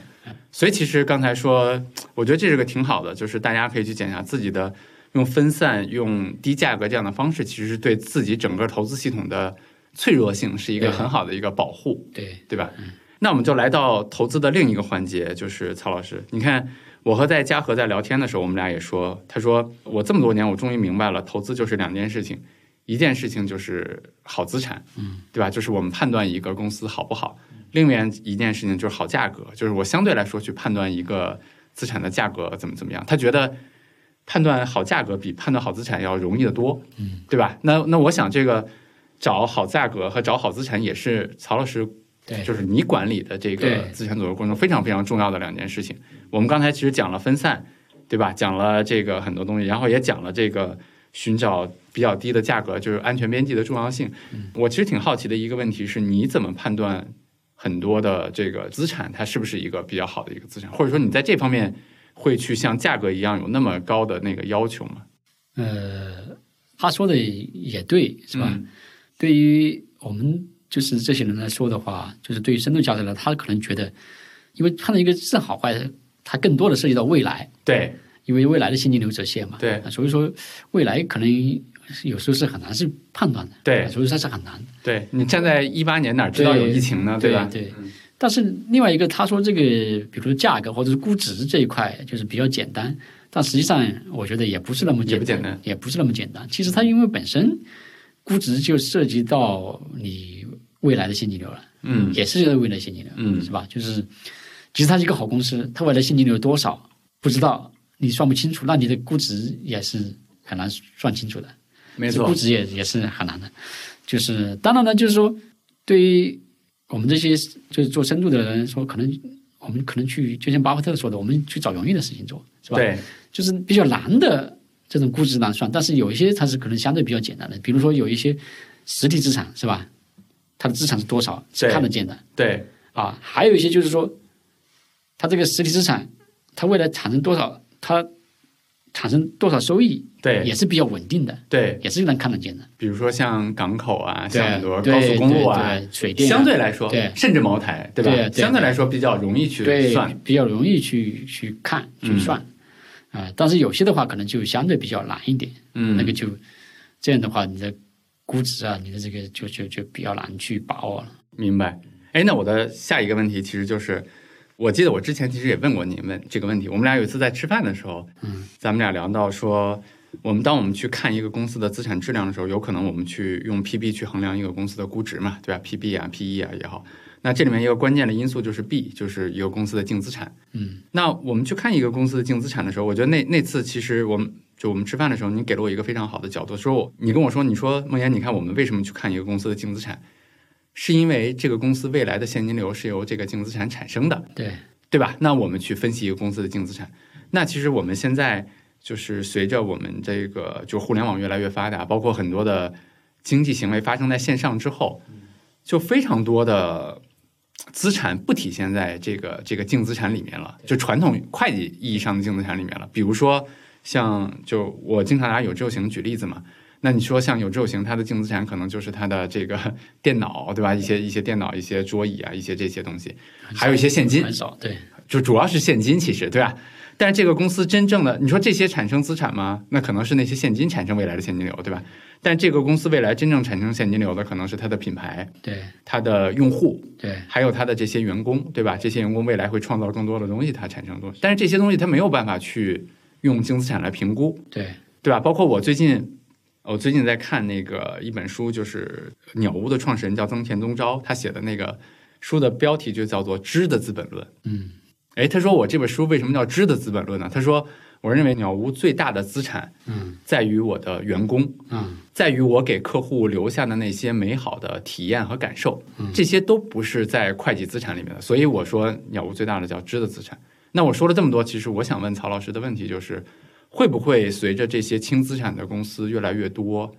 Speaker 1: 所以其实刚才说，我觉得这是个挺好的，就是大家可以去检查自己的，用分散、用低价格这样的方式，其实是对自己整个投资系统的脆弱性是一个
Speaker 2: 对
Speaker 1: 很好的一个保护。
Speaker 2: 对
Speaker 1: 对吧？那我们就来到投资的另一个环节，就是曹老师，你看我和在嘉禾在聊天的时候，我们俩也说，他说我这么多年，我终于明白了，投资就是两件事情，一件事情就是好资产，
Speaker 2: 嗯，
Speaker 1: 对吧？就是我们判断一个公司好不好，另外一件事情就是好价格，就是我相对来说去判断一个资产的价格怎么怎么样，他觉得。判断好价格比判断好资产要容易得多，
Speaker 2: 嗯，
Speaker 1: 对吧？那那我想这个找好价格和找好资产也是曹老师
Speaker 2: 对
Speaker 1: 就是你管理的这个
Speaker 2: 对
Speaker 1: 资产组合过程中非常非常重要的两件事情。我们刚才其实讲了分散，对吧？讲了这个很多东西，然后也讲了这个寻找比较低的价格，就是安全边际的重要性。
Speaker 2: 嗯
Speaker 1: 我其实挺好奇的一个问题是，你怎么判断很多的这个资产它是不是一个比较好的一个资产，或者说你在这方面会去像价格一样有那么高的那个要求吗？
Speaker 2: 呃，他说的也对，是吧？
Speaker 1: 嗯
Speaker 2: 对于我们就是这些人来说的话，就是对于深度价值呢，他可能觉得，因为判断一个是好坏，它更多的涉及到未来，
Speaker 1: 对
Speaker 2: 因为未来的现金流折现嘛。
Speaker 1: 对
Speaker 2: 啊所以说未来可能有时候是很难去判断的。
Speaker 1: 对
Speaker 2: 啊所以说它是很难。
Speaker 1: 对，你站在一八年哪知道有疫情呢？
Speaker 2: 对
Speaker 1: 吧？
Speaker 2: 嗯
Speaker 1: 嗯
Speaker 2: 对。但是另外一个，他说这个，比如说价格或者是估值这一块，就是比较简单，但实际上我觉得也不是那么
Speaker 1: 也
Speaker 2: 简
Speaker 1: 不
Speaker 2: 单，
Speaker 1: 简单
Speaker 2: 也不是那么简单。其实它因为本身估值就涉及到你未来的现金流了，
Speaker 1: 嗯
Speaker 2: 也涉及到未来现金流，
Speaker 1: 嗯
Speaker 2: 是吧？就是其实它是一个好公司，它未来现金流多少不知道，你算不清楚，那你的估值也是很难算清楚的。
Speaker 1: 没
Speaker 2: 这
Speaker 1: 错
Speaker 2: 估，值也也是很难的。就是当然呢，就是说，对于我们这些就是做深度的人来说，可能我们可能去，就像巴菲特说的，我们去找容易的事情做，是吧？，
Speaker 1: 对
Speaker 2: 就是比较难的这种估值难算，但是有一些它是可能相对比较简单的，比如说有一些实体资产，是吧？它的资产是多少是
Speaker 1: 对
Speaker 2: 看得见的
Speaker 1: 对，
Speaker 2: 啊。还有一些就是说，它这个实体资产，它未来产生多少，它产生多少收益，
Speaker 1: 对
Speaker 2: 也是比较稳定的，
Speaker 1: 对，
Speaker 2: 也是能看得见的。
Speaker 1: 比如说像港口啊，
Speaker 2: 对
Speaker 1: 像很多
Speaker 2: 对
Speaker 1: 高速公路啊
Speaker 2: 对，对水电啊
Speaker 1: 相对来说
Speaker 2: 对，
Speaker 1: 甚至茅台，对
Speaker 2: 对
Speaker 1: 吧？
Speaker 2: 对对
Speaker 1: 相对来说比较容易去
Speaker 2: 对
Speaker 1: 算，
Speaker 2: 比较容易去去看去
Speaker 1: 嗯
Speaker 2: 算啊、但是有些的话可能就相对比较难一点。
Speaker 1: 嗯，
Speaker 2: 那个就这样的话，你的估值啊，你的这个就就就比较难去把握了。
Speaker 1: 明白。哎，那我的下一个问题其实就是，我记得我之前其实也问过你问这个问题。我们俩有一次在吃饭的时候，
Speaker 2: 嗯，
Speaker 1: 咱们俩聊到说，我们当我们去看一个公司的资产质量的时候，有可能我们去用 PB 去衡量一个公司的估值嘛，对吧？PB 啊、PE 啊也好，那这里面一个关键的因素就是 B，就是一个公司的净资产。
Speaker 2: 嗯
Speaker 1: 那我们去看一个公司的净资产的时候，我觉得那那次其实我们就我们吃饭的时候，你给了我一个非常好的角度，说我你跟我说，你说梦岩，你看我们为什么去看一个公司的净资产，是因为这个公司未来的现金流是由这个净资产产生的，
Speaker 2: 对，
Speaker 1: 对吧？那我们去分析一个公司的净资产，那其实我们现在就是随着我们这个就互联网越来越发达，包括很多的经济行为发生在线上之后，
Speaker 2: 嗯
Speaker 1: 就非常多的资产不体现在这个这个净资产里面了，就传统会计意义上的净资产里面了。比如说像就我经常拿有志有行举例子嘛。那你说像有志有行，它的净资产可能就是它的这个 电脑，对吧？一些一些电脑、一些桌椅啊，一些这些东西，还有一些现金，
Speaker 2: 很少。对，
Speaker 1: 就主要是现金，其实对吧？但是这个公司真正的，你说这些产生资产吗？那可能是那些现金产生未来的现金流，对吧？但这个公司未来真正产生现金流的，可能是它的品牌、
Speaker 2: 对，
Speaker 1: 它的用户，
Speaker 2: 对，
Speaker 1: 还有它的这些员工，对吧？这些员工未来会创造更多的东西，它产生的东西。但是这些东西它没有办法去用净资产来评估，
Speaker 2: 对，
Speaker 1: 对吧？包括我最近，我最近在看那个一本书，就是鸟屋的创始人叫增田宗昭，他写的那个书的标题就叫做《知的资本论》。
Speaker 2: 嗯，
Speaker 1: 哎，他说我这本书为什么叫《知的资本论》呢？他说，我认为鸟屋最大的资产
Speaker 2: 嗯，
Speaker 1: 在于我的员工，
Speaker 2: 嗯，
Speaker 1: 在于我给客户留下的那些美好的体验和感受
Speaker 2: 嗯，
Speaker 1: 这些都不是在会计资产里面的。所以我说，鸟屋最大的叫知的资产。那我说了这么多，其实我想问曹老师的问题就是，会不会随着这些轻资产的公司越来越多，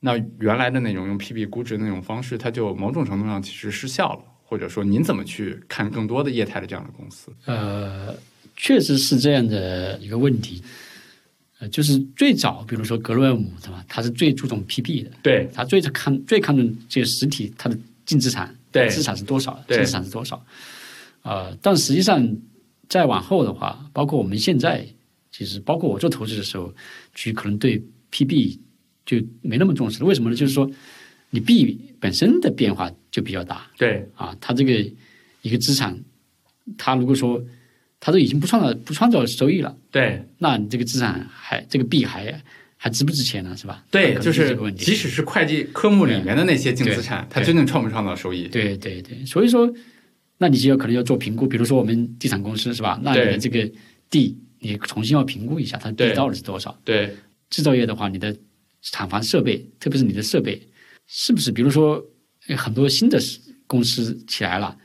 Speaker 1: 那原来的那种用 PB 估值的那种方式，它就某种程度上其实失效了？或者说，您怎么去看更多的业态的这样的公司？
Speaker 2: 呃，确实是这样的一个问题。呃，就是最早，比如说格罗厄姆，对吧？他是最注重 PB 的，
Speaker 1: 对
Speaker 2: 他最看最看重这个实体它的净资产，
Speaker 1: 对
Speaker 2: 资产是多少，
Speaker 1: 对
Speaker 2: 净资产是多少。呃，但实际上再往后的话，包括我们现在，其实包括我做投资的时候，其实可能对 PB 就没那么重视了。为什么呢？就是说你 B 本身的变化就比较大
Speaker 1: 对
Speaker 2: 啊，它这个一个资产，它如果说它都已经不创造不创造收益了，
Speaker 1: 对
Speaker 2: 那你这个资产还这个币还还值不值钱呢？是吧？
Speaker 1: 对，
Speaker 2: 可能
Speaker 1: 就是
Speaker 2: 这
Speaker 1: 是
Speaker 2: 个问题。
Speaker 1: 即使是会计科目里面的那些净资产，
Speaker 2: 对
Speaker 1: 它究竟创不创造收益？
Speaker 2: 对对对，所以说，那你就有可能要做评估，比如说我们地产公司是吧？那你
Speaker 1: 对
Speaker 2: 的这个地，你重新要评估一下它
Speaker 1: 对
Speaker 2: 地到底是多少。
Speaker 1: 对
Speaker 2: 制造业的话，你的厂房设备，特别是你的设备，是不是比如说呃很多新的公司起来了，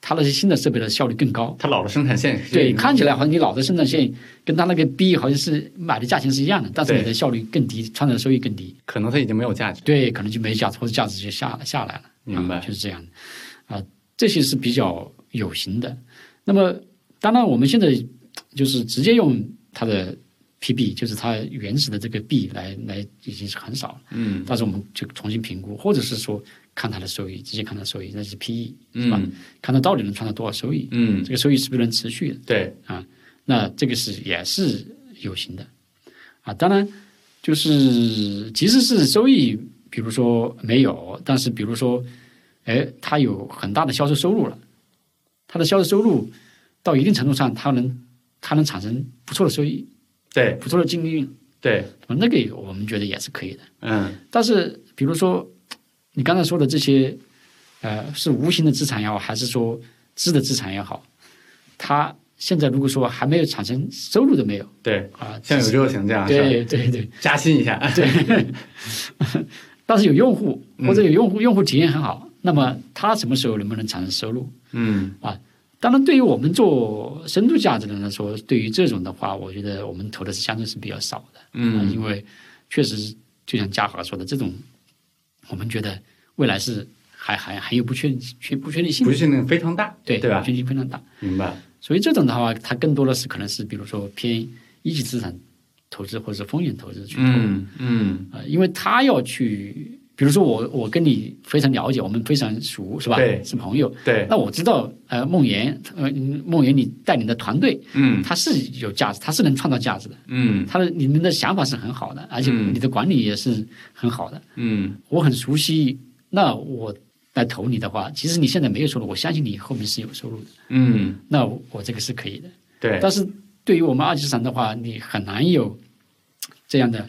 Speaker 2: 它那些新的设备的效率更高？
Speaker 1: 它老的生产线
Speaker 2: 对，看起
Speaker 1: 来
Speaker 2: 来好像你老的生产线跟它那个 B 好像是买的价钱是一样的，但是
Speaker 1: 对
Speaker 2: 你的效率更低，创造的收益更低。
Speaker 1: 可能它已经没有价值。
Speaker 2: 对，可能就没价值，或者价值就下下来了。
Speaker 1: 明白
Speaker 2: 啊就是这样的啊、这些是比较有形的。那么，当然我们现在就是直接用它的 PB，就是它原始的这个 B 来来已经是很少了。
Speaker 1: 嗯
Speaker 2: 但是我们就重新评估，或者是说看它的收益，直接看它的收益，那是 PE 是吧？
Speaker 1: 嗯
Speaker 2: 看它到底能创造多少收益，
Speaker 1: 嗯，
Speaker 2: 这个收益是不是能持续的？
Speaker 1: 对
Speaker 2: 啊，那这个是也是有形的啊。当然，就是即使是收益，比如说没有，但是比如说，哎，它有很大的销售收入了，它的销售收入到一定程度上，它能它能产生不错的收益，
Speaker 1: 对
Speaker 2: 不错的净利润，
Speaker 1: 对，
Speaker 2: 那个我们觉得也是可以的。
Speaker 1: 嗯
Speaker 2: 但是，比如说你刚才说的这些，呃，是无形的资产也好，还是说知的资产也好，它现在如果说还没有产生收入的没有
Speaker 1: 对，
Speaker 2: 啊，
Speaker 1: 像有
Speaker 2: 只
Speaker 1: 这种形象，是吧
Speaker 2: 对对对
Speaker 1: 扎心一下。
Speaker 2: 对，但是有用户或者有用户用户体验很好，那么它什么时候能不能产生收入？
Speaker 1: 嗯
Speaker 2: 当然，对于我们做深度价值的人来说，对于这种的话，我觉得我们投的是相对是比较少的。啊
Speaker 1: 嗯
Speaker 2: 因为确实就像嘉华说的，这种我们觉得未来是还还还有不确确不确定性
Speaker 1: 不，确定非常大，
Speaker 2: 对
Speaker 1: 对吧
Speaker 2: 不确？定性非常大。
Speaker 1: 明白，
Speaker 2: 所以这种的话，它更多的是可能是比如说偏一级资产投资或者是风险投资去投，
Speaker 1: 嗯嗯，
Speaker 2: 呃，因为他要去，比如说我我跟你非常了解，我们非常熟，是吧？
Speaker 1: 对
Speaker 2: 是朋友。
Speaker 1: 对，
Speaker 2: 那我知道，呃，梦岩，呃，梦岩，你带领的团队，
Speaker 1: 嗯
Speaker 2: 他是有价值，他是能创造价值的，
Speaker 1: 嗯
Speaker 2: 他的你们的想法是很好的，而且
Speaker 1: 嗯
Speaker 2: 你的管理也是很好的，
Speaker 1: 嗯
Speaker 2: 我很熟悉。那我来投你的话，其实你现在没有收入，我相信你后面是有收入的，
Speaker 1: 嗯，
Speaker 2: 那我我这个是可以的。
Speaker 1: 对，
Speaker 2: 但是对于我们二级市场的话，你很难有这样的，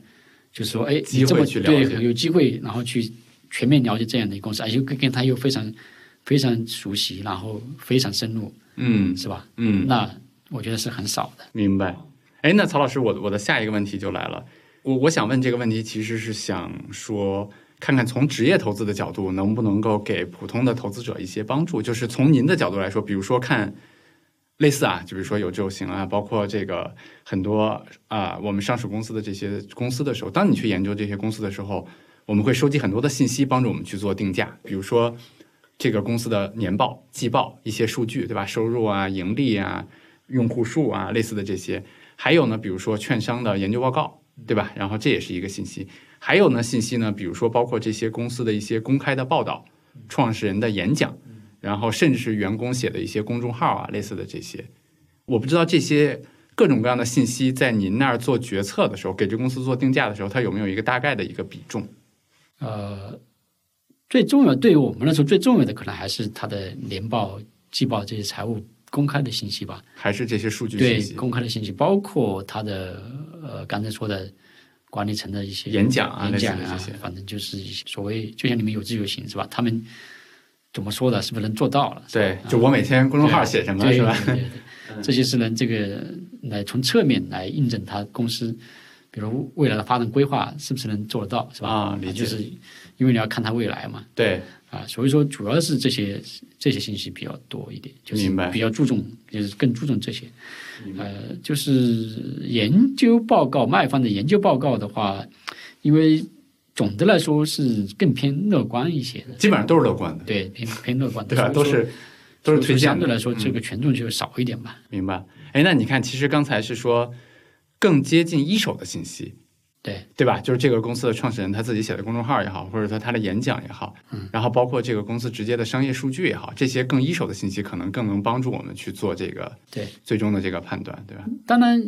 Speaker 2: 就是说，哎，
Speaker 1: 机
Speaker 2: 你这
Speaker 1: 会
Speaker 2: 么
Speaker 1: 去了
Speaker 2: 对
Speaker 1: 解
Speaker 2: 有机会，然后去全面了解这样的一个公司，而且跟跟他又非常非常熟悉，然后非常深入，
Speaker 1: 嗯
Speaker 2: 是吧？
Speaker 1: 嗯，
Speaker 2: 那我觉得是很少的。
Speaker 1: 明白。哎，那曹老师，我我的下一个问题就来了，我我想问这个问题，其实是想说，看看从职业投资的角度，能不能够给普通的投资者一些帮助？就是从您的角度来说，比如说看类似啊，就比如说有这种型啊，包括这个很多啊、我们上市公司的这些公司的时候，当你去研究这些公司的时候，我们会收集很多的信息，帮助我们去做定价，比如说。这个公司的年报、季报一些数据，对吧？收入啊、盈利啊、用户数啊，类似的这些。还有呢，比如说券商的研究报
Speaker 2: 嗯
Speaker 1: 告，对吧？然后这也是一个信息。还有呢，信息呢，比如说包括这些公司的一些公开的报道、
Speaker 2: 嗯
Speaker 1: 创始人的演讲，然后甚至是员工写的一些公众号啊，类似的这些。我不知道这些各种各样的信息在您那儿做决策的时候，给这公司做定价的时候，它有没有一个大概的一个比重？
Speaker 2: 呃，最重要对于我们来说，最重要的可能还是它的年报、季报这些财务公开的信息吧。
Speaker 1: 还是这些数据信
Speaker 2: 对
Speaker 1: 息、
Speaker 2: 公开的信息，包括他的呃刚才说的管理层的一些
Speaker 1: 演讲啊
Speaker 2: 演讲
Speaker 1: 类似
Speaker 2: 啊
Speaker 1: 的这些，
Speaker 2: 反正就是一些所谓就像你们有志有行是吧？他们怎么说的，是不是能做到了？
Speaker 1: 对，就我每天公众号写什么
Speaker 2: 对
Speaker 1: 是吧？嗯
Speaker 2: 对对对，这些是能这个来从侧面来印证他公司，比如未来的发展规划是不是能做得到，是吧？
Speaker 1: 啊理解
Speaker 2: 就是因为你要看他未来嘛，
Speaker 1: 对，
Speaker 2: 啊，所以说主要是这些这些信息比较多一点，就是
Speaker 1: 明白
Speaker 2: 比较注重，就是更注重这些。呃，就是研究报告，卖方的研究报告的话，因为总的来说是更偏乐观一些的，
Speaker 1: 基本上都是乐观的，
Speaker 2: 对，偏偏乐观的，
Speaker 1: 对吧？都
Speaker 2: 所以说
Speaker 1: 是都是
Speaker 2: 所
Speaker 1: 推荐
Speaker 2: 以说相
Speaker 1: 的嗯
Speaker 2: 对。来说，这个权重就少一点吧。
Speaker 1: 明白。哎，那你看，其实刚才是说更接近一手的信息，
Speaker 2: 对，
Speaker 1: 对吧？就是这个公司的创始人他自己写的公众号也好，或者说他的演讲也好，然后包括这个公司直接的商业数据也好，这些更一手的信息可能更能帮助我们去做这个
Speaker 2: 对
Speaker 1: 最终的这个判断，对吧？
Speaker 2: 当然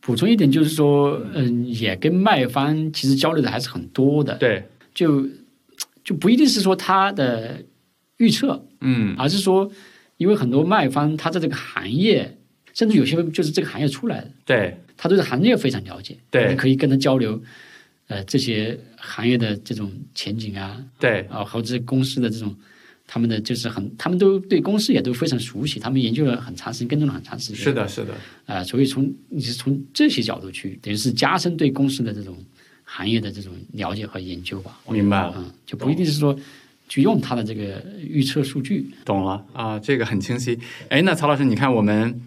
Speaker 2: 补充一点就是说，嗯，也跟卖方其实交流的还是很多的，
Speaker 1: 对，
Speaker 2: 就就不一定是说他的预测，
Speaker 1: 嗯
Speaker 2: 而是说，因为很多卖方他在这个行业，甚至有些就是这个行业出来的，
Speaker 1: 对，
Speaker 2: 他对这个行业非常了解，
Speaker 1: 对
Speaker 2: 你可以跟他交流，呃，这些行业的这种前景啊，
Speaker 1: 对，
Speaker 2: 啊，或者公司的这种，他们的就是很，他们都对公司也都非常熟悉，他们研究了很长时间，跟踪了很长时间，
Speaker 1: 是的，是的，
Speaker 2: 啊、所以从你是从这些角度去，等于是加深对公司的这种行业的这种了解和研究吧，
Speaker 1: 明白了。
Speaker 2: 嗯，就不一定是说去用他的这个预测数据，
Speaker 1: 懂了啊，这个很清晰。哎，那曹老师，你看我们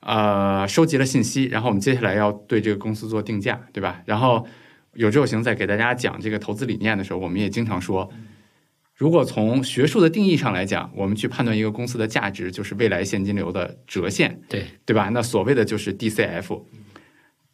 Speaker 1: 呃收集了信息，然后我们接下来要对这个公司做定价，对吧？然后有志有行在给大家讲这个投资理念的时候，我们也经常说，如果从学术的定义上来讲，我们去判断一个公司的价值，就是未来现金流的折现，
Speaker 2: 对。
Speaker 1: 对吧？那所谓的就是 DCF。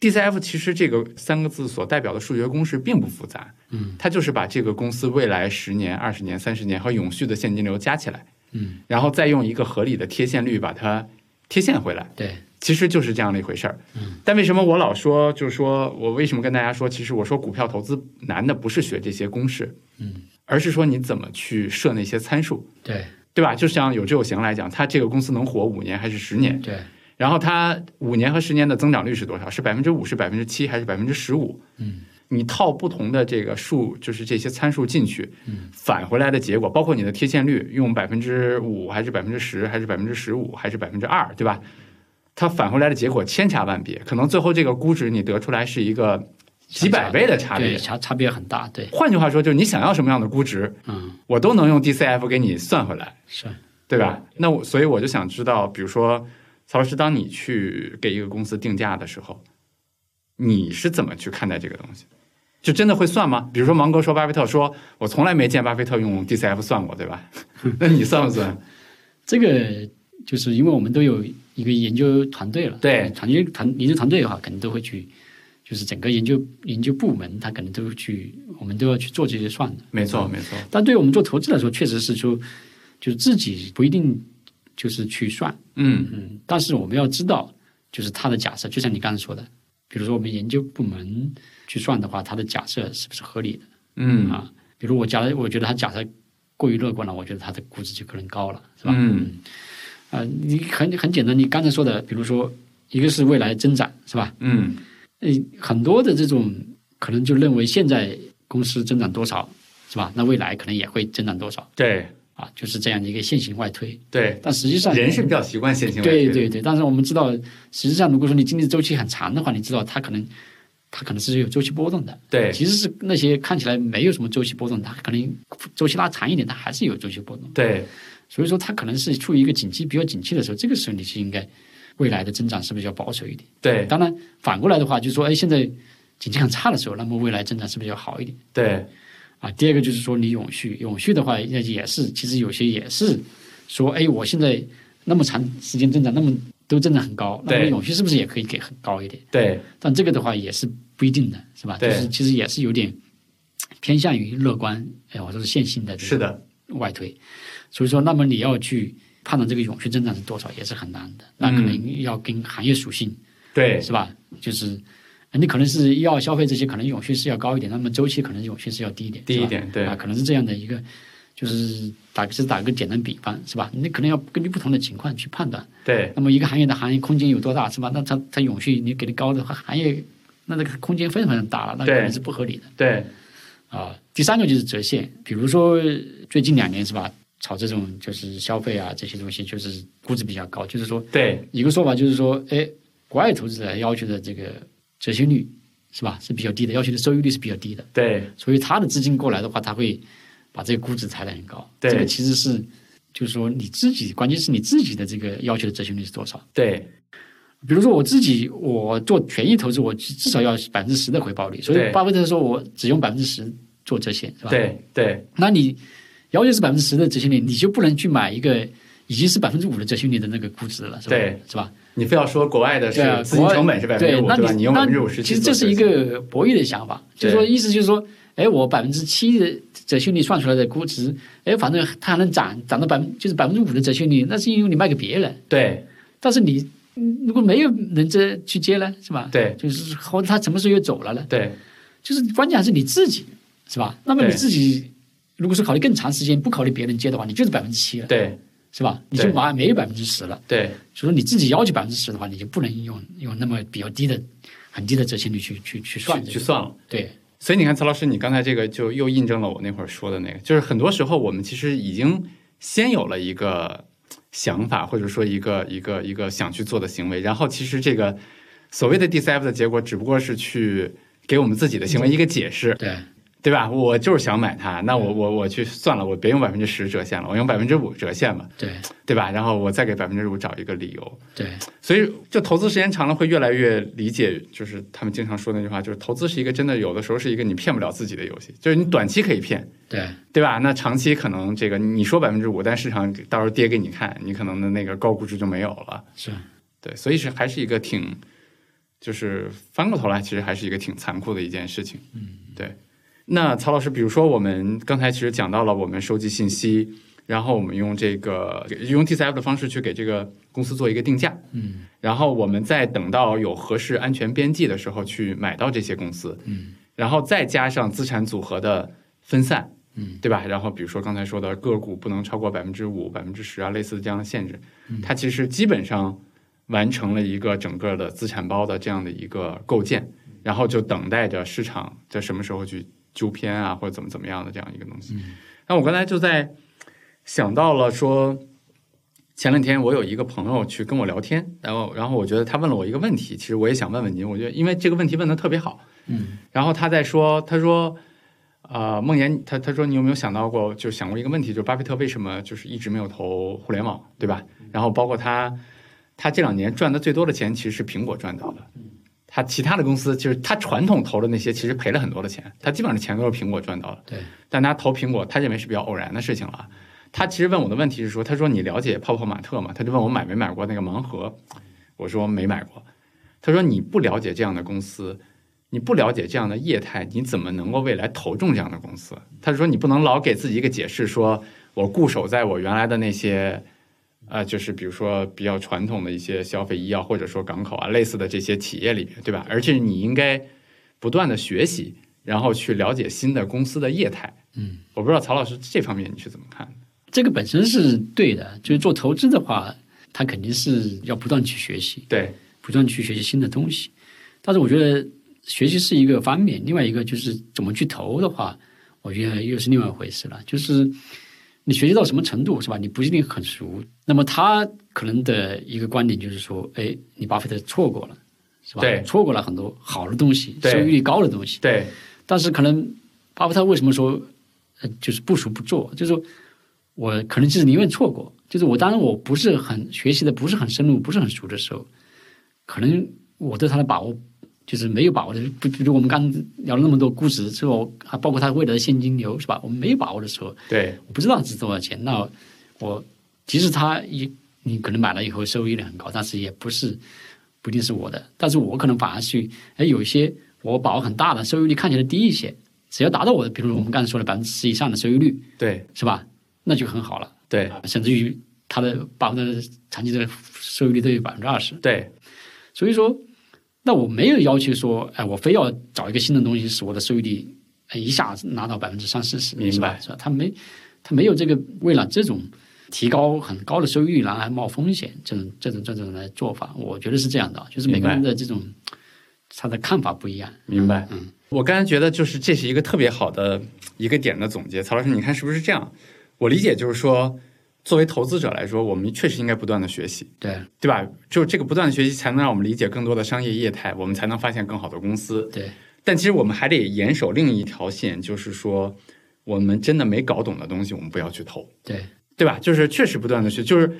Speaker 1: DCF 其实这个三个字所代表的数学公式并不复杂，
Speaker 2: 嗯，
Speaker 1: 它就是把这个公司未来十年、二十年、三十年和永续的现金流加起来，
Speaker 2: 嗯，
Speaker 1: 然后再用一个合理的贴现率把它贴现回来，
Speaker 2: 对，
Speaker 1: 其实就是这样的一回事儿。
Speaker 2: 嗯，
Speaker 1: 但为什么我老说，就是说我为什么跟大家说，其实我说股票投资难的不是学这些公式，
Speaker 2: 嗯，
Speaker 1: 而是说你怎么去设那些参数，
Speaker 2: 对，
Speaker 1: 对吧？就像有志有行来讲，它这个公司能活五年还是十年，
Speaker 2: 对，
Speaker 1: 然后它五年和十年的增长率是多少？是百分之五，是百分之七，还是百分之十五？
Speaker 2: 嗯，
Speaker 1: 你套不同的这个数，就是这些参数进去，
Speaker 2: 嗯，
Speaker 1: 返回来的结果，包括你的贴现率，用百分之五还是百分之十，还是百分之十五，还是百分之二，对吧？它返回来的结果千差万别，可能最后这个估值你得出来是一个几百倍的差
Speaker 2: 对
Speaker 1: 别。
Speaker 2: 差差别很大，对，
Speaker 1: 换句话说，就是你想要什么样的估值，
Speaker 2: 嗯，
Speaker 1: 我都能用 DCF 给你算回来。
Speaker 2: 是，
Speaker 1: 对吧？那我所以我就想知道，比如说曹老师，当你去给一个公司定价的时候，你是怎么去看待这个东西？就真的会算吗？比如说芒格说巴菲特说，我从来没见巴菲特用 DCF 算过，对吧？ 那你算不算？
Speaker 2: 这个就是因为我们都有一个研究团队了，
Speaker 1: 对
Speaker 2: 团研团研究团队的话，可能都会去，就是整个研究研究部门，他可能都会去，我们都要去做这些算的。
Speaker 1: 没错，没错，
Speaker 2: 但对于我们做投资来说，确实是说，就是自己不一定就是去算，
Speaker 1: 嗯
Speaker 2: 嗯，但是我们要知道，就是他的假设，就像你刚才说的，比如说我们研究部门去算的话，他的假设是不是合理的？
Speaker 1: 嗯
Speaker 2: 啊，比如我假设，我觉得他假设过于乐观了，我觉得他的估值就可能高了，是吧？
Speaker 1: 嗯
Speaker 2: 啊、你很很简单，你刚才说的，比如说一个是未来增长，是吧？
Speaker 1: 嗯
Speaker 2: 嗯，很多的这种可能就认为现在公司增长多少，是吧？那未来可能也会增长多少
Speaker 1: 对
Speaker 2: 啊，就是这样的一个线性外推。
Speaker 1: 对，
Speaker 2: 但实际上，
Speaker 1: 人是比较习惯线性外推
Speaker 2: 对
Speaker 1: 的，
Speaker 2: 对对，但是我们知道，实际上如果说你经济周期很长的话，你知道它可能它可能是有周期波动的。
Speaker 1: 对
Speaker 2: 其实是那些看起来没有什么周期波动，它可能周期拉长一点，它还是有周期波动。
Speaker 1: 对
Speaker 2: 所以说，它可能是处于一个景气比较景气的时候，这个时候你是应该未来的增长是不是要保守一点？
Speaker 1: 对
Speaker 2: 当然，反过来的话，就是说，哎，现在景气很差的时候，那么未来增长是不是要好一点？
Speaker 1: 对
Speaker 2: 啊，第二个就是说你永续，永续的话，那也是其实有些也是说，哎，我现在那么长时间增长，那么都增长很高，那么
Speaker 1: 对
Speaker 2: 永续是不是也可以给很高一点？
Speaker 1: 对
Speaker 2: 但这个的话也是不一定的，是吧？就
Speaker 1: 对
Speaker 2: 是其实也是有点偏向于乐观，哎，或者是线性的
Speaker 1: 是的，
Speaker 2: 外推。所以说，那么你要去判断这个永续增长是多少，也是很难的。那可能要跟行业属性、
Speaker 1: 嗯对
Speaker 2: 是吧？就是你可能是医药消费这些，可能永续是要高一点，那么周期可能永续是要低一点，
Speaker 1: 低
Speaker 2: 是
Speaker 1: 一
Speaker 2: 吧
Speaker 1: 点，对
Speaker 2: 啊，可能是这样的一个，就是打个是打个简单比方是吧？你可能要根据不同的情况去判断。
Speaker 1: 对
Speaker 2: 那么一个行业的行业空间有多大是吧？那它它永续你给的高的话，行业那这个空间非常非常大了，那可
Speaker 1: 对
Speaker 2: 能是不合理的
Speaker 1: 对
Speaker 2: 啊。第三个就是折现，比如说最近两年是吧，炒这种就是消费啊这些东西，就是估值比较高，就是说
Speaker 1: 对
Speaker 2: 一个说法就是说，哎，国外投资者要求的这个折现率是吧是比较低的，要求的收益率是比较低的。
Speaker 1: 对
Speaker 2: 所以他的资金过来的话，他会把这个估值抬得很高。
Speaker 1: 对
Speaker 2: 这个其实是就是说你自己，关键是你自己的这个要求的折现率是多少。
Speaker 1: 对
Speaker 2: 比如说我自己，我做权益投资，我至少要百分之十的回报率。所
Speaker 1: 对
Speaker 2: 以巴菲特说我只用百分之十做折现，是吧？。
Speaker 1: 对对
Speaker 2: 那你要求是百分之十的折现率，你就不能去买一个已经是百分之五的折现率的那个估值了，是吧？
Speaker 1: 对，
Speaker 2: 是吧？
Speaker 1: 你非要说国外的是
Speaker 2: 对啊，
Speaker 1: 资金
Speaker 2: 国
Speaker 1: 成本是百分之
Speaker 2: 对
Speaker 1: 五，
Speaker 2: 那
Speaker 1: 对吧？
Speaker 2: 你
Speaker 1: 你用
Speaker 2: 那
Speaker 1: 百分之五十，
Speaker 2: 其实这是一个博弈的想法，就是说
Speaker 1: 对
Speaker 2: 意思就是说，哎，我百分之七的折现率算出来的估值，哎，反正它还能涨，涨到百分就是百分之五的折现率，那是因为你卖给别人，
Speaker 1: 对
Speaker 2: 但是你嗯如果没有人这去接呢，是吧？
Speaker 1: 对
Speaker 2: 就是或者他什么时候又走了呢？
Speaker 1: 对
Speaker 2: 就是关键还是你自己，是吧？那么你
Speaker 1: 对
Speaker 2: 自己如果是考虑更长时间，不考虑别人接的话，你就是百分之七了，
Speaker 1: 对
Speaker 2: 是吧？你就
Speaker 1: 对
Speaker 2: 马没有百分之十了。
Speaker 1: 对
Speaker 2: 所以说你自己要求百分之十的话，你就不能用用那么比较低的、很低的折现率去去去算
Speaker 1: 去
Speaker 2: 这
Speaker 1: 去
Speaker 2: 个。
Speaker 1: 算了。
Speaker 2: 对
Speaker 1: 所以你看，曹老师，你刚才这个就又印证了我那会儿说的那个，就是很多时候我们其实已经先有了一个想法，或者说一个一个一个想去做的行为，然后其实这个所谓的 DCF 的结果，只不过是去给我们自己的行
Speaker 2: 嗯
Speaker 1: 为一个解释，
Speaker 2: 对
Speaker 1: 对吧？我就是想买它，那
Speaker 2: 嗯
Speaker 1: 我我我去算了，我别用百分之十折现了，我用百分之五折现吧，
Speaker 2: 对
Speaker 1: 对吧？然后我再给百分之五找一个理由，
Speaker 2: 对
Speaker 1: 所以，就投资时间长了，会越来越理解，就是他们经常说那句话，就是投资是一个真的，有的时候是一个你骗不了自己的游戏，就是你短期可以骗，
Speaker 2: 对
Speaker 1: 对吧？那长期可能这个你说百分之五，但市场到时候跌给你看，你可能的那个高估值就没有了。
Speaker 2: 是，
Speaker 1: 对，所以是还是一个挺，就是翻过头来，其实还是一个挺残酷的一件事情。嗯，对。那曹老师，比如说我们刚才其实讲到了，我们收集信息，然后我们用这个用 TCF 的方式去给这个公司做一个定价，
Speaker 2: 嗯
Speaker 1: 然后我们再等到有合适安全边际的时候去买到这些公司，
Speaker 2: 嗯
Speaker 1: 然后再加上资产组合的分散，
Speaker 2: 嗯，
Speaker 1: 对吧？然后比如说刚才说的个股不能超过百分之五、百分之十啊，类似的这样的限制，
Speaker 2: 嗯
Speaker 1: 它其实基本上完成了一个整个的资产包的这样的一个构建，然后就等待着市场在什么时候去纠偏啊，或者怎么怎么样的这样一个东西。那我刚才就在想到了说，前两天我有一个朋友去跟我聊天，然后然后我觉得他问了我一个问题，其实我也想问问您，我觉得因为这个问题问的特别好，
Speaker 2: 嗯
Speaker 1: 然后他在说，他说，呃，梦岩，他他说你有没有想到过，就想过一个问题，就是巴菲特为什么就是一直没有投互联网，对吧？然后包括他，他这两年赚的最多的钱其实是苹果赚到的，它其他的公司就是它传统投的那些，其实赔了很多的钱，它基本上钱都是苹果赚到了。
Speaker 2: 对，
Speaker 1: 但他投苹果，他认为是比较偶然的事情了啊。他其实问我的问题是说，他说你了解泡泡玛特吗？他就问我买没买过那个盲盒，我说没买过。他说你不了解这样的公司，你不了解这样的业态，你怎么能够未来投中这样的公司？他说你不能老给自己一个解释，说我固守在我原来的那些，呃，就是比如说比较传统的一些消费医药或者说港口啊类似的这些企业里面，对吧？而且你应该不断的学习，然后去了解新的公司的业态。
Speaker 2: 嗯，
Speaker 1: 我不知道曹老师这方面你是怎么看的？
Speaker 2: 这个本身是对的，就是做投资的话，它肯定是要不断去学习，
Speaker 1: 对，
Speaker 2: 不断去学习新的东西。但是我觉得学习是一个方面，另外一个就是怎么去投的话，我觉得又是另外一回事了。就是你学习到什么程度是吧？你不一定很熟。那么他可能的一个观点就是说，哎，你巴菲特错过了，是吧？
Speaker 1: 对
Speaker 2: 错过了很多好的东西，
Speaker 1: 对
Speaker 2: 收益率高的东西。
Speaker 1: 对，
Speaker 2: 但是可能巴菲特为什么说，呃，就是不熟不做，就是说我可能就是宁愿错过，就是我当然我不是很学习的不是很深入，不是很熟的时候，可能我对他的把握就是没有把握的，比比如我们刚刚聊了那么多估值之后，还包括他未来的现金流是吧？我们没有把握的时候，
Speaker 1: 对，
Speaker 2: 我不知道值多少钱，那我即使它一你可能买了以后收益率很高，但是也不是不一定是我的，但是我可能反而去哎有一些我把握很大的收益率看起来低一些，只要达到我的，比如我们刚才说的百分之十以上的收益率，
Speaker 1: 对，
Speaker 2: 是吧？那就很好了，
Speaker 1: 对，
Speaker 2: 甚至于它的百分之长期的收益率都有百分之二十，
Speaker 1: 对，
Speaker 2: 所以说，那我没有要求说，哎，我非要找一个新的东西使我的收益率哎一下子拿到百分之三四十，
Speaker 1: 明
Speaker 2: 是吧
Speaker 1: 白？
Speaker 2: 是吧？他没他没有这个为了这种提高很高的收益率然后还冒风险这种这种这种来做法，我觉得是这样的，啊就是每
Speaker 1: 明
Speaker 2: 个
Speaker 1: 白
Speaker 2: 人的这种他的看法不一样。
Speaker 1: 明白
Speaker 2: 嗯，
Speaker 1: 我刚才觉得就是这是一个特别好的一个点的总结，曹老师，你看是不是这样？我理解就是说，作为投资者来说，我们确实应该不断的学习，
Speaker 2: 对
Speaker 1: 对吧？就这个不断的学习，才能让我们理解更多的商业业态，我们才能发现更好的公司。
Speaker 2: 对
Speaker 1: 但其实我们还得严守另一条线，就是说，我们真的没搞懂的东西，我们不要去投。
Speaker 2: 对
Speaker 1: 对吧？就是确实不断的去，就是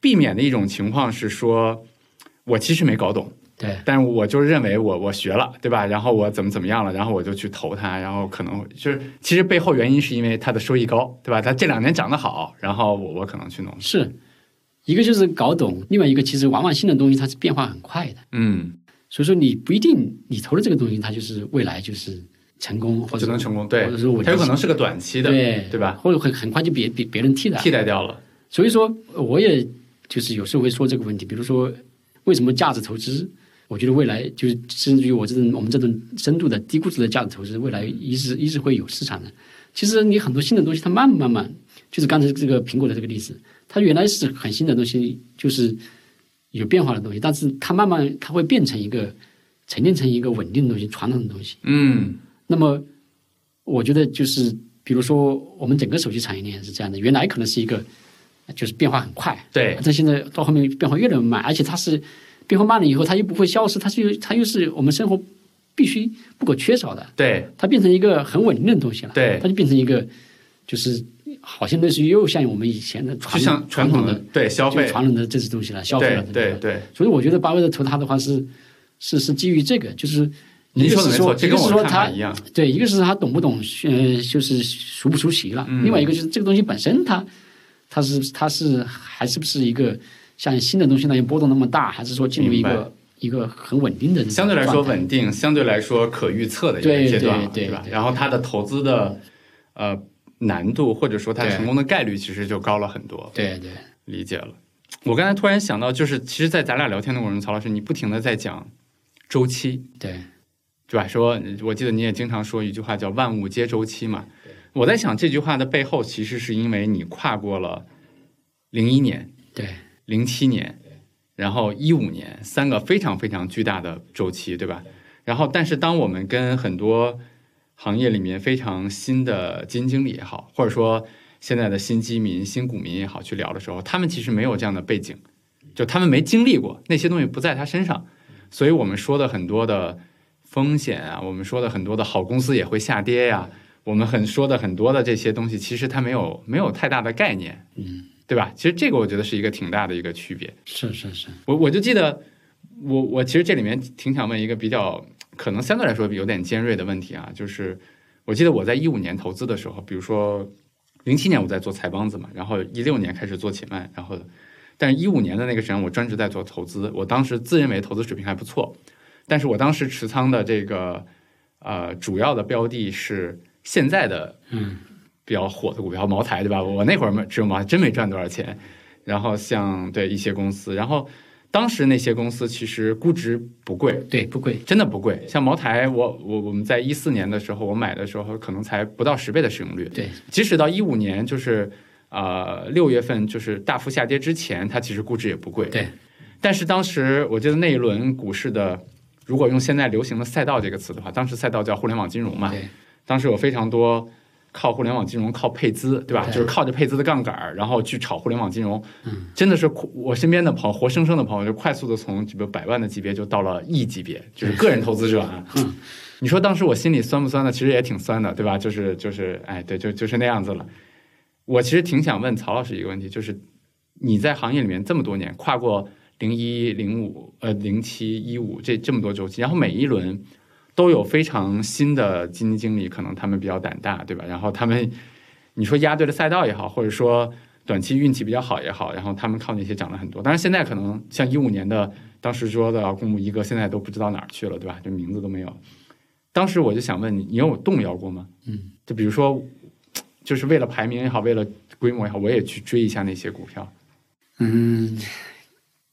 Speaker 1: 避免的一种情况是说，我其实没搞懂，
Speaker 2: 对
Speaker 1: 但我就认为我我学了，对吧？然后我怎么怎么样了，然后我就去投它，然后可能就是其实背后原因是因为它的收益高，对吧？它这两年涨得好，然后我我可能去弄，
Speaker 2: 是。一个就是搞懂，另外一个其实往往新的东西它是变化很快的，
Speaker 1: 嗯，
Speaker 2: 所以说你不一定你投的这个东西它就是未来就是成功或者
Speaker 1: 就能成功，对
Speaker 2: 或者说我，
Speaker 1: 它有
Speaker 2: 就是
Speaker 1: 可能是个短期的，
Speaker 2: 对
Speaker 1: 对吧？
Speaker 2: 或者很很快就别别别人替代。
Speaker 1: 替代掉了，
Speaker 2: 所以说，我也就是有时候会说这个问题，比如说为什么价值投资，我觉得未来就是甚至于我这种我们这种深度的低估值的价值投资，未来一直一直会有市场的。其实你很多新的东西，它慢慢慢慢，就是刚才这个苹果的这个例子，它原来是很新的东西，就是有变化的东西，但是它慢慢它会变成一个沉淀成一个稳定的东西，传统的东西。
Speaker 1: 嗯，
Speaker 2: 那么，我觉得就是，比如说我们整个手机产业链是这样的，原来可能是一个就是变化很快，
Speaker 1: 对
Speaker 2: 但现在到后面变化越来越慢，而且它是变化慢了以后，它又不会消失，它是它又是我们生活必须不可缺少的，
Speaker 1: 对
Speaker 2: 它变成一个很稳定的东西了，
Speaker 1: 对
Speaker 2: 它就变成一个就是好像类似于又像我们以前的
Speaker 1: 就
Speaker 2: 传
Speaker 1: 像传统
Speaker 2: 统
Speaker 1: 的
Speaker 2: 的
Speaker 1: 对消
Speaker 2: 就
Speaker 1: 费，
Speaker 2: 传统的这些东西了，消费
Speaker 1: 对
Speaker 2: 了，吧
Speaker 1: 对对，
Speaker 2: 所以我觉得巴菲特投他的话是是是基于这个，就是
Speaker 1: 您
Speaker 2: 一个
Speaker 1: 说的没
Speaker 2: 是
Speaker 1: 错，
Speaker 2: 说
Speaker 1: 这
Speaker 2: 一
Speaker 1: 跟
Speaker 2: 个
Speaker 1: 我
Speaker 2: 是
Speaker 1: 的
Speaker 2: 说
Speaker 1: 看
Speaker 2: 他
Speaker 1: 法一样，
Speaker 2: 对，一个是他懂不懂，呃，就是熟不熟悉了；，
Speaker 1: 嗯
Speaker 2: 另外一个就是这个东西本身它，它是它是还是不是一个像新的东西那样波动那么大，还是说进入
Speaker 1: 明
Speaker 2: 一个一个很稳定的那种
Speaker 1: 相对来说
Speaker 2: 状态
Speaker 1: 稳定，相对来说可预测的一个
Speaker 2: 对
Speaker 1: 阶段了，
Speaker 2: 对对
Speaker 1: 吧？
Speaker 2: 对
Speaker 1: 然后它的投资的呃难度或者说它
Speaker 2: 对
Speaker 1: 成功的概率其实就高了很多，
Speaker 2: 对对
Speaker 1: 理解了。我刚才突然想到，就是其实，在咱俩聊天的过程中，曹老师你不停的在讲周期，
Speaker 2: 对
Speaker 1: 对吧？说我记得你也经常说一句话叫“万物皆周期”嘛。我在想这句话的背后，其实是因为你跨过了零一年、
Speaker 2: 对
Speaker 1: 零七年，然后一五年三个非常非常巨大的周期，对吧？然后，但是当我们跟很多行业里面非常新的基金经理也好，或者说现在的新基民、新股民也好去聊的时候，他们其实没有这样的背景，就他们没经历过那些东西不在他身上，所以我们说的很多的风险啊，我们说的很多的好公司也会下跌呀、我们很说的很多的这些东西，其实他没有没有太大的概念，
Speaker 2: 嗯，
Speaker 1: 对吧？其实这个我觉得是一个挺大的一个区别。
Speaker 2: 是是是，
Speaker 1: 我我就记得我我其实这里面挺想问一个比较可能相对来说有点尖锐的问题啊，就是我记得我在一五年投资的时候，比如说零七年我在做财帮子嘛，然后一六年开始做且慢，然后但是一五年的那个时间我专职在做投资，我当时自认为投资水平还不错，但是我当时持仓的这个呃主要的标的是现在的
Speaker 2: 嗯
Speaker 1: 比较火的股票茅台对吧？我那会儿没只有茅台，真没赚多少钱。然后像对一些公司，然后当时那些公司其实估值不贵，
Speaker 2: 对，不贵，
Speaker 1: 真的不贵。像茅台，我我我们在一四年的时候，我买的时候可能才不到十倍的市盈率。
Speaker 2: 对，
Speaker 1: 即使到一五年，就是呃六月份就是大幅下跌之前，它其实估值也不贵。
Speaker 2: 对，
Speaker 1: 但是当时我记得那一轮股市的，如果用现在流行的“赛道”这个词的话，当时赛道叫互联网金融嘛，
Speaker 2: 对，
Speaker 1: 当时有非常多靠互联网金融、靠配资，对吧？
Speaker 2: 对
Speaker 1: 就是靠着配资的杠杆儿，然后去炒互联网金融。
Speaker 2: 嗯，
Speaker 1: 真的是苦我身边的朋友，活生生的朋友，就快速的从这个百万的级别就到了亿级别，就是个人投资者啊。
Speaker 2: 嗯
Speaker 1: 你说当时我心里酸不酸呢？其实也挺酸的，对吧？就是就是，哎，对，就就是那样子了。我其实挺想问曹老师一个问题，就是你在行业里面这么多年，跨过零一、零五、呃零七、一五这这么多周期，然后每一轮都有非常新的基金经理，可能他们比较胆大，对吧？然后他们，你说压对了赛道也好，或者说短期运气比较好也好，然后他们靠那些涨了很多。当然，现在可能像一五年的，当时说的啊公募一哥，现在都不知道哪儿去了，对吧？这名字都没有。当时我就想问你，你有动摇过吗？
Speaker 2: 嗯，
Speaker 1: 就比如说，就是为了排名也好，为了规模也好，我也去追一下那些股票。
Speaker 2: 嗯，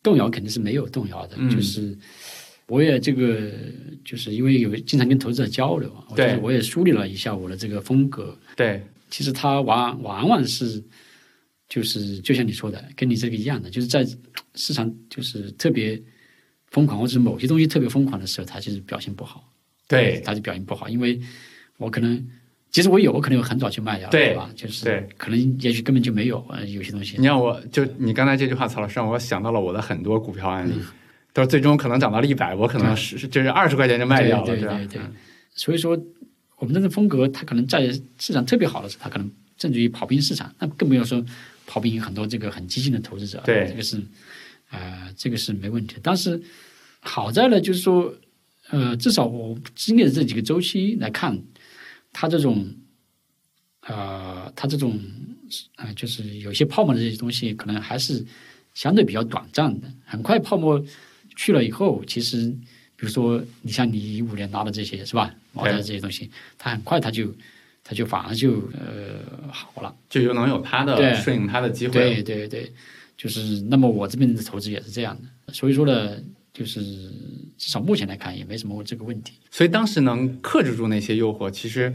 Speaker 2: 动摇肯定是没有动摇的，
Speaker 1: 嗯
Speaker 2: 就是我也这个就是因为有经常跟投资者交流啊，我
Speaker 1: 对
Speaker 2: 就是我也梳理了一下我的这个风格。
Speaker 1: 对，
Speaker 2: 其实它往往往是就是就像你说的，跟你这个一样的，就是在市场就是特别疯狂或者某些东西特别疯狂的时候，它就是表现不好。
Speaker 1: 对，
Speaker 2: 它就表现不好，因为我可能其实我有，我可能有很早去卖掉，
Speaker 1: 对
Speaker 2: 吧？就是
Speaker 1: 对
Speaker 2: 可能也许根本就没有，呃，有些东西
Speaker 1: 你让我就你刚才这句话，曹老师让我想到了我的很多股票案
Speaker 2: 嗯
Speaker 1: 例，都是最终可能涨到了一百，我可能是就是二十块钱就卖掉了，
Speaker 2: 对
Speaker 1: 吧
Speaker 2: 对对。所以说，我们这种风格，它可能在市场特别好的时候，它可能甚至于跑赢市场，那更不用说跑赢很多这个很激进的投资者。
Speaker 1: 对
Speaker 2: 这个是呃，这个是没问题的。但是好在呢，就是说，呃，至少我经历的这几个周期来看，它这种呃，它这种呃，就是有些泡沫的这些东西，可能还是相对比较短暂的。很快泡沫去了以后，其实比如说你像你一五年拿的这些是吧，茅台
Speaker 1: 对
Speaker 2: 这些东西，它很快它就它就反而就呃好了。
Speaker 1: 就有能有它的
Speaker 2: 对
Speaker 1: 顺应它的机会。
Speaker 2: 对对对，就是那么我这边的投资也是这样的，所以说呢，就是至少目前来看也没什么这个问题。
Speaker 1: 所以当时能克制住那些诱惑，其实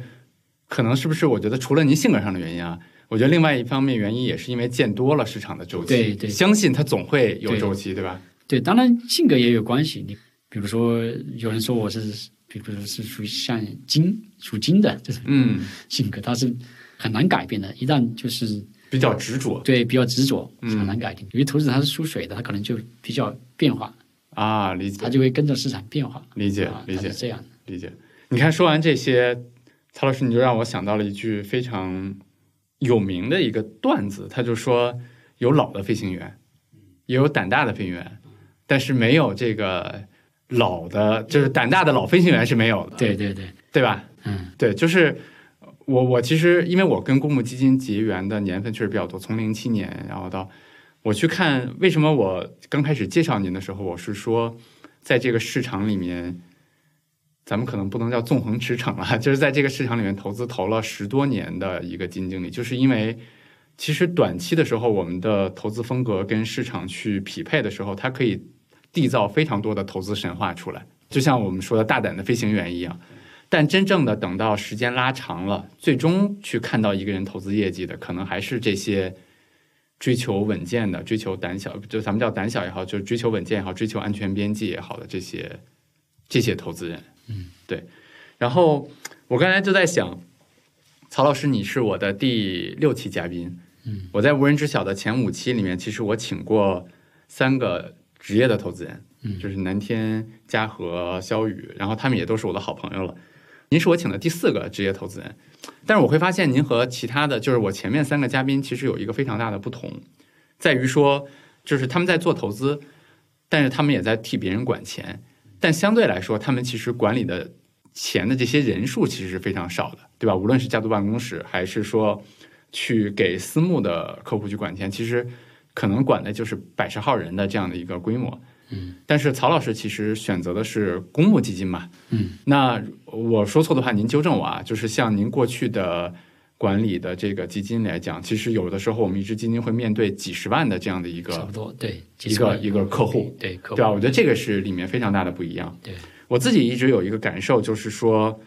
Speaker 1: 可能是不是？我觉得除了您性格上的原因啊，我觉得另外一方面原因也是因为见多了市场的周期，
Speaker 2: 对对
Speaker 1: 相信它总会有周期，对吧？
Speaker 2: 对，当然性格也有关系。你比如说，有人说我是，比如说是属于像金属金的这种
Speaker 1: 嗯，
Speaker 2: 性格，它是很难改变的。一旦就是
Speaker 1: 比较执着
Speaker 2: 对比较执着，
Speaker 1: 嗯
Speaker 2: 是很难改变。有些投资者他是属水的，他可能就比较变化，
Speaker 1: 啊，理解
Speaker 2: 他就会跟着市场变化。
Speaker 1: 理解
Speaker 2: 啊，
Speaker 1: 理
Speaker 2: 他
Speaker 1: 解
Speaker 2: 是。这样的。
Speaker 1: 理解。你看，说完这些，曹老师，你就让我想到了一句非常有名的一个段子，他就说有老的飞行员，也有胆大的飞行员，但是没有这个老的，就是胆大的老飞行员是没有的，
Speaker 2: 对对对，
Speaker 1: 对吧？
Speaker 2: 嗯
Speaker 1: 对，就是我我其实因为我跟公募基金结缘的年份确实比较多，从零七年然后到我去看，为什么我刚开始介绍您的时候，我是说在这个市场里面，咱们可能不能叫纵横驰骋了， 就是在这个市场里面投资投了十多年的一个基金经理，就是因为。其实短期的时候，我们的投资风格跟市场去匹配的时候，它可以缔造非常多的投资神话出来，就像我们说的大胆的飞行员一样。但真正的等到时间拉长了，最终去看到一个人投资业绩的，可能还是这些追求稳健的、追求胆小，就咱们叫胆小也好，就是追求稳健也好、追求安全边际也好的这些这些投资人。
Speaker 2: 嗯，
Speaker 1: 对。然后我刚才就在想，曹老师，你是我的第六期嘉宾。
Speaker 2: 嗯，
Speaker 1: 我在无人知晓的前五期里面，其实我请过三个职业的投资人。
Speaker 2: 嗯
Speaker 1: 就是南天、嘉禾、肖宇，然后他们也都是我的好朋友了。您是我请的第四个职业投资人，但是我会发现您和其他的，就是我前面三个嘉宾，其实有一个非常大的不同，在于说，就是他们在做投资，但是他们也在替别人管钱，但相对来说，他们其实管理的钱的这些人数其实是非常少的，对吧？无论是家族办公室，还是说去给私募的客户去管钱，其实可能管的就是百十号人的这样的一个规模。
Speaker 2: 嗯，
Speaker 1: 但是曹老师其实选择的是公募基金嘛，
Speaker 2: 嗯，
Speaker 1: 那我说错的话您纠正我啊，就是像您过去的管理的这个基金来讲，其实有的时候我们一支基金会面对几十万的这样的一
Speaker 2: 差
Speaker 1: 个
Speaker 2: 不多对，几
Speaker 1: 一
Speaker 2: 十
Speaker 1: 个
Speaker 2: 万
Speaker 1: 一个客户，
Speaker 2: 对客
Speaker 1: 对啊
Speaker 2: 户
Speaker 1: 吧？我觉得这个是里面非常大的不一样。
Speaker 2: 对
Speaker 1: 我自己一直有一个感受，就是说，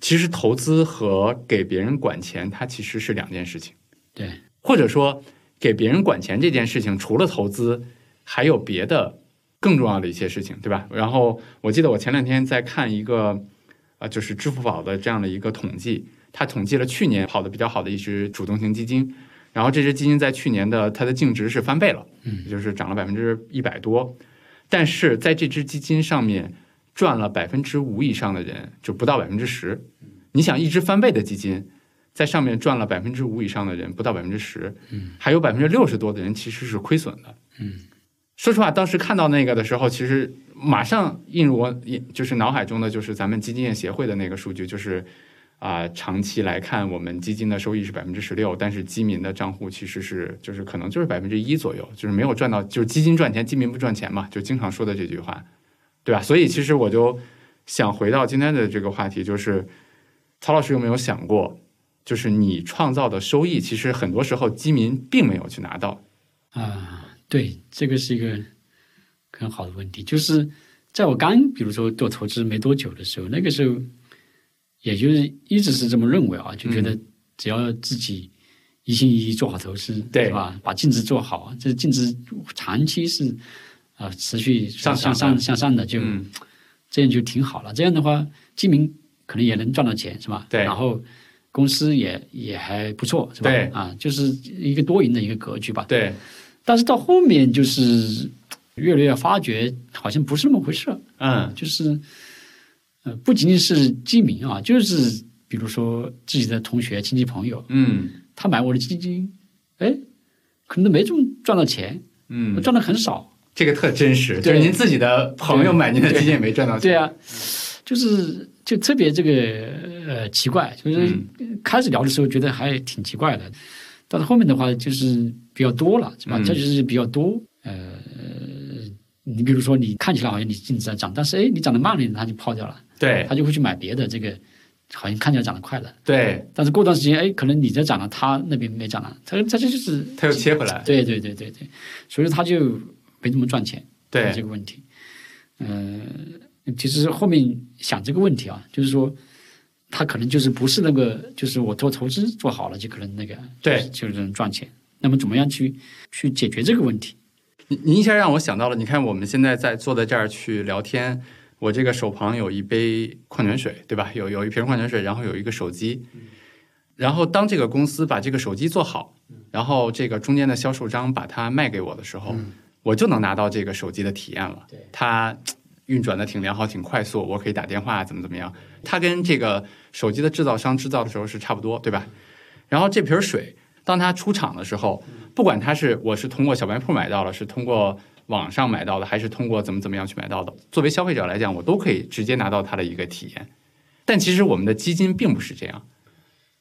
Speaker 1: 其实投资和给别人管钱，它其实是两件事情，
Speaker 2: 对
Speaker 1: 或者说给别人管钱这件事情，除了投资，还有别的更重要的一些事情，对吧？然后我记得我前两天在看一个，呃，就是支付宝的这样的一个统计，它统计了去年跑得比较好的一只主动型基金，然后这只基金在去年的它的净值是翻倍了，
Speaker 2: 嗯
Speaker 1: 也就是涨了百分之一百多，但是在这只基金上面赚了百分之五以上的人就不到百分之十。你想，一只翻倍的基金在上面赚了百分之五以上的人不到百分之十，
Speaker 2: 嗯
Speaker 1: 还有百分之六十多的人其实是亏损的。
Speaker 2: 嗯
Speaker 1: 说实话，当时看到那个的时候，其实马上映入我也就是脑海中的就是咱们基金业协会的那个数据，就是啊、长期来看，我们基金的收益是百分之十六，但是基民的账户其实是就是可能就是百分之一左右，就是没有赚到，就是基金赚钱，基民不赚钱嘛，就经常说的这句话，对吧？所以其实我就想回到今天的这个话题，就是曹老师有没有想过，就是你创造的收益，其实很多时候基民并没有去拿到，
Speaker 2: 啊，对，这个是一个很好的问题。就是在我刚比如说做投资没多久的时候，那个时候也就是一直是这么认为啊，就觉得
Speaker 1: 嗯
Speaker 2: 只要自己一心一意做好投资，
Speaker 1: 对
Speaker 2: 是吧？把净值做好，这净值长期是啊、持续
Speaker 1: 上
Speaker 2: 向
Speaker 1: 涨
Speaker 2: 上
Speaker 1: 的
Speaker 2: 向上的，就、
Speaker 1: 嗯
Speaker 2: 这样就挺好了。这样的话，基民可能也能赚到钱，是吧？
Speaker 1: 对
Speaker 2: 然后公司也也还不错，是吧？
Speaker 1: 对
Speaker 2: 啊，就是一个多赢的一个格局吧。
Speaker 1: 对，
Speaker 2: 但是到后面就是呃越来越发觉，好像不是那么回事儿，
Speaker 1: 嗯
Speaker 2: 就是呃，不仅仅是基民啊，就是比如说自己的同学、亲戚、朋友，
Speaker 1: 嗯。
Speaker 2: 他买我的基金，哎，可能都没赚赚到钱，
Speaker 1: 嗯
Speaker 2: 我，赚的很少，
Speaker 1: 这个特真实，就
Speaker 2: 对
Speaker 1: 是您自己的朋友买您的基金也没赚到钱。
Speaker 2: 对，啊，就是就特别这个呃奇怪，就是
Speaker 1: 嗯
Speaker 2: 开始聊的时候觉得还挺奇怪的，但是后面的话就是比较多了，是吧？
Speaker 1: 嗯
Speaker 2: 这就是比较多，呃，你比如说你看起来好像你净值在涨，但是哎，你涨得慢了一点，他就抛掉了，
Speaker 1: 对
Speaker 2: 他就会去买别的这个，好像看起来涨得快的，
Speaker 1: 对，
Speaker 2: 但是过段时间哎，可能你这涨了，他那边没涨了，他他这就是
Speaker 1: 他又切回来。
Speaker 2: 对对对对对，所以他就没怎么赚钱。这
Speaker 1: 对，
Speaker 2: 个问题。呃，其实后面想这个问题啊，就是说，他可能就是不是那个，就是我做投资做好了，就可能那个
Speaker 1: 对
Speaker 2: 就是就是能赚钱。那么怎么样去去解决这个问题？
Speaker 1: 您您一下让我想到了，你看我们现在在坐在这儿去聊天，我这个手旁有一杯矿泉水，对吧？有有一瓶矿泉水，然后有一个手机，然后当这个公司把这个手机做好，然后这个中间的销售商把它卖给我的时候，我就能拿到这个手机的体验了
Speaker 2: 对。
Speaker 1: 它嘖运转的挺良好，挺快速，我可以打电话，怎么怎么样。它跟这个手机的制造商制造的时候是差不多，对吧？然后这瓶水，当它出厂的时候，不管它是我是通过小卖铺买到了，是通过网上买到的，还是通过怎么怎么样去买到的，作为消费者来讲，我都可以直接拿到它的一个体验。但其实我们的基金并不是这样，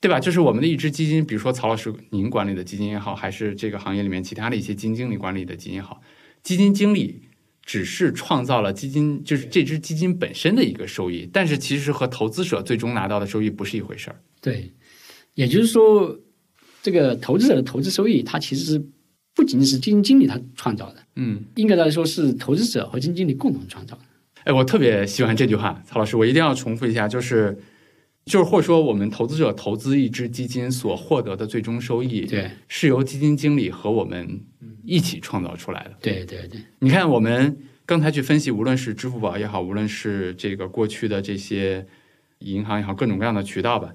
Speaker 1: 对吧？就是我们的一支基金，比如说曹老师您管理的基金也好，还是这个行业里面其他的一些基金经理管理的基金也好，基金经理只是创造了基金，就是这只基金本身的一个收益，但是其实和投资者最终拿到的收益不是一回事儿。
Speaker 2: 对，也就是说，这个投资者的投资收益，它其实是不仅仅是基金经理他创造的，
Speaker 1: 嗯，
Speaker 2: 应该来说是投资者和基金经理共同创造的。
Speaker 1: 哎，我特别喜欢这句话，曹老师，我一定要重复一下，就是就是或者说我们投资者投资一只基金所获得的最终收益，
Speaker 2: 对
Speaker 1: 是由基金经理和我们一起创造出来的。
Speaker 2: 对对对
Speaker 1: 你看，我们刚才去分析，无论是支付宝也好，无论是这个过去的这些银行也好，各种各样的渠道吧。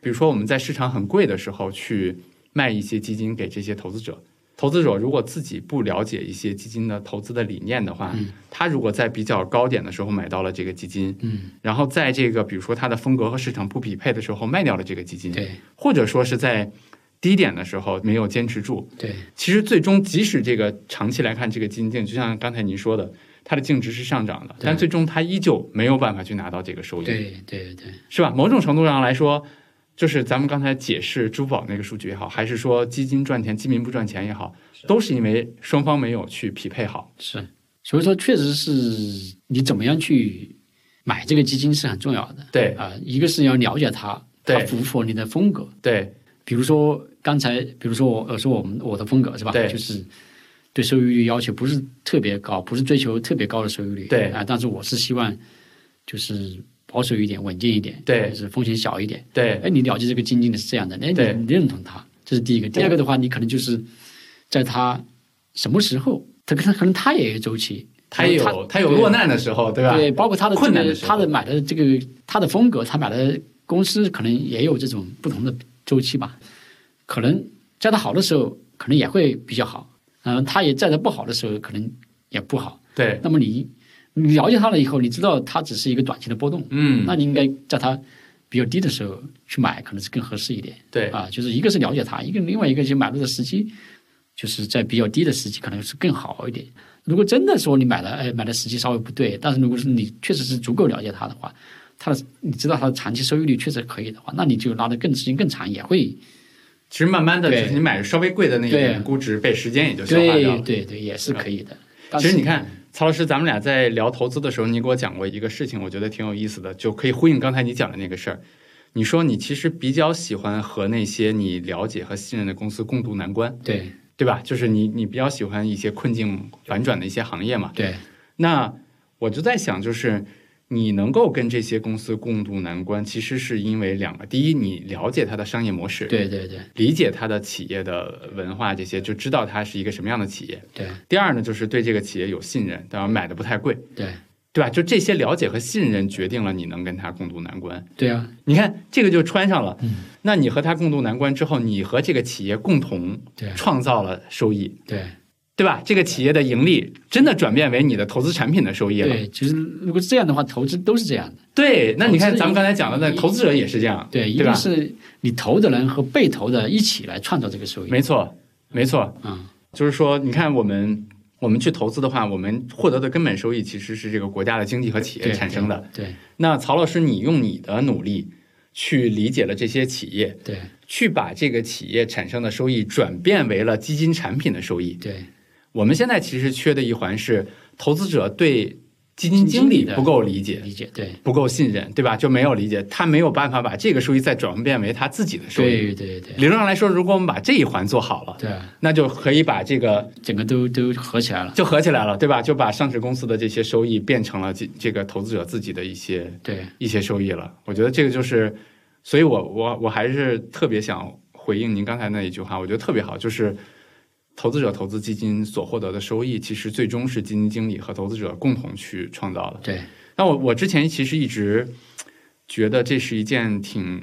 Speaker 1: 比如说，我们在市场很贵的时候去卖一些基金给这些投资者。投资者如果自己不了解一些基金的投资的理念的话，他如果在比较高点的时候买到了这个基金，
Speaker 2: 嗯，
Speaker 1: 然后在这个比如说它的风格和市场不匹配的时候卖掉了这个基金，
Speaker 2: 对
Speaker 1: 或者说是在低点的时候没有坚持住。
Speaker 2: 对，
Speaker 1: 其实最终即使这个长期来看，这个金净就像刚才您说的，它的净值是上涨的，但最终它依旧没有办法去拿到这个收益，
Speaker 2: 对对对，
Speaker 1: 是吧？某种程度上来说，就是咱们刚才解释珠宝那个数据也好，还是说基金赚钱、基民不赚钱也好，都是因为双方没有去匹配好。
Speaker 2: 是。所以说，确实是你怎么样去买这个基金是很重要的。
Speaker 1: 对
Speaker 2: 啊、一个是要了解它，它
Speaker 1: 对
Speaker 2: 符不符合你的风格。
Speaker 1: 对
Speaker 2: 比如说刚才，比如说我呃我说我们我的风格是吧？
Speaker 1: 对
Speaker 2: 就是对收益率要求不是特别高，不是追求特别高的收益率。
Speaker 1: 对
Speaker 2: 啊、但是我是希望就是保守一点，稳健一点，
Speaker 1: 对
Speaker 2: 就是风险小一点。
Speaker 1: 对
Speaker 2: 哎，你了解这个基金的是这样的，哎，
Speaker 1: 对
Speaker 2: 你你认同它，这是第一个。第二个的话，你可能就是在它什么时候，它可能可能它也有周期，
Speaker 1: 它也
Speaker 2: 它
Speaker 1: 有它有落难的时候，对吧？
Speaker 2: 对，包括他的
Speaker 1: 困
Speaker 2: 这
Speaker 1: 难的
Speaker 2: 个
Speaker 1: 时候
Speaker 2: 他的买的这个他的风格，他买的公司可能也有这种不同的周期吧。可能在他好的时候，可能也会比较好，嗯，他也在他不好的时候，可能也不好。
Speaker 1: 对，
Speaker 2: 那么你你了解他了以后，你知道它只是一个短期的波动，
Speaker 1: 嗯，
Speaker 2: 那你应该在它比较低的时候去买，可能是更合适一点。
Speaker 1: 对
Speaker 2: 啊，就是一个是了解它，一个另外一个就是买入的时机，就是在比较低的时机可能是更好一点。如果真的说你买了，哎，买的时机稍微不对，但是如果是你确实是足够了解它的话，它的你知道它的长期收益率确实可以的话，那你就拉的更时间更长，也会
Speaker 1: 其实慢慢的，
Speaker 2: 对
Speaker 1: 就是你买稍微贵的那一点
Speaker 2: 对
Speaker 1: 估值，被时间也就消化掉
Speaker 2: 对
Speaker 1: 了。
Speaker 2: 对对，也是可以的。但
Speaker 1: 其实
Speaker 2: 是
Speaker 1: 你看，曹老师，咱们俩在聊投资的时候，你给我讲过一个事情，我觉得挺有意思的，就可以呼应刚才你讲的那个事儿。你说你其实比较喜欢和那些你了解和信任的公司共度难关，
Speaker 2: 对
Speaker 1: 对吧？就是你你比较喜欢一些困境反转的一些行业嘛。
Speaker 2: 对
Speaker 1: 那我就在想，就是你能够跟这些公司共度难关，其实是因为两个：第一，你了解它的商业模式，
Speaker 2: 对对对
Speaker 1: 理解它的企业的文化，这些就知道它是一个什么样的企业。
Speaker 2: 对
Speaker 1: 第二呢，就是对这个企业有信任，当然买的不太贵，
Speaker 2: 对
Speaker 1: 对吧？就这些了解和信任决定了你能跟他共度难关。
Speaker 2: 对啊，
Speaker 1: 你看这个就穿上了，
Speaker 2: 嗯
Speaker 1: 那你和他共度难关之后，你和这个企业共同
Speaker 2: 对啊
Speaker 1: 创造了收益，
Speaker 2: 对。啊
Speaker 1: 对吧？这个企业的盈利真的转变为你的投资产品的收益了。
Speaker 2: 对，其实如果是这样的话，投资都是这样的。嗯
Speaker 1: 对，那你看
Speaker 2: 投资
Speaker 1: 咱们刚才讲的，那
Speaker 2: 一
Speaker 1: 投资者也是这样，
Speaker 2: 对，一
Speaker 1: 对
Speaker 2: 定
Speaker 1: 吧？
Speaker 2: 是你投的人和被投的一起来创造这个收益。
Speaker 1: 没错，没错，
Speaker 2: 嗯，
Speaker 1: 就是说，你看我们我们去投资的话，我们获得的根本收益其实是这个国家的经济和企业
Speaker 2: 对
Speaker 1: 产生的。。
Speaker 2: 对
Speaker 1: 那曹老师，你用你的努力去理解了这些企业，
Speaker 2: 对
Speaker 1: 去把这个企业产生的收益转变为了基金产品的收益。
Speaker 2: 对
Speaker 1: 我们现在其实缺的一环是投资者对基金经理不够理
Speaker 2: 对，
Speaker 1: 解。
Speaker 2: 理解对
Speaker 1: 不够信任，对吧？就没有理解，他没有办法把这个收益再转变为他自己的收益。
Speaker 2: 对对对
Speaker 1: 理论上来说，如果我们把这一环做好了，
Speaker 2: 对啊，
Speaker 1: 那就可以把这个
Speaker 2: 整个都都合起来了。
Speaker 1: 就合起来了，对吧？就把上市公司的这些收益变成了这这个投资者自己的一些
Speaker 2: 对
Speaker 1: 一些收益了。我觉得这个就是，所以我我我还是特别想回应您刚才那一句话，我觉得特别好，就是投资者投资基金所获得的收益，其实最终是基金经理和投资者共同去创造的。
Speaker 2: 对
Speaker 1: 那我我之前其实一直觉得这是一件挺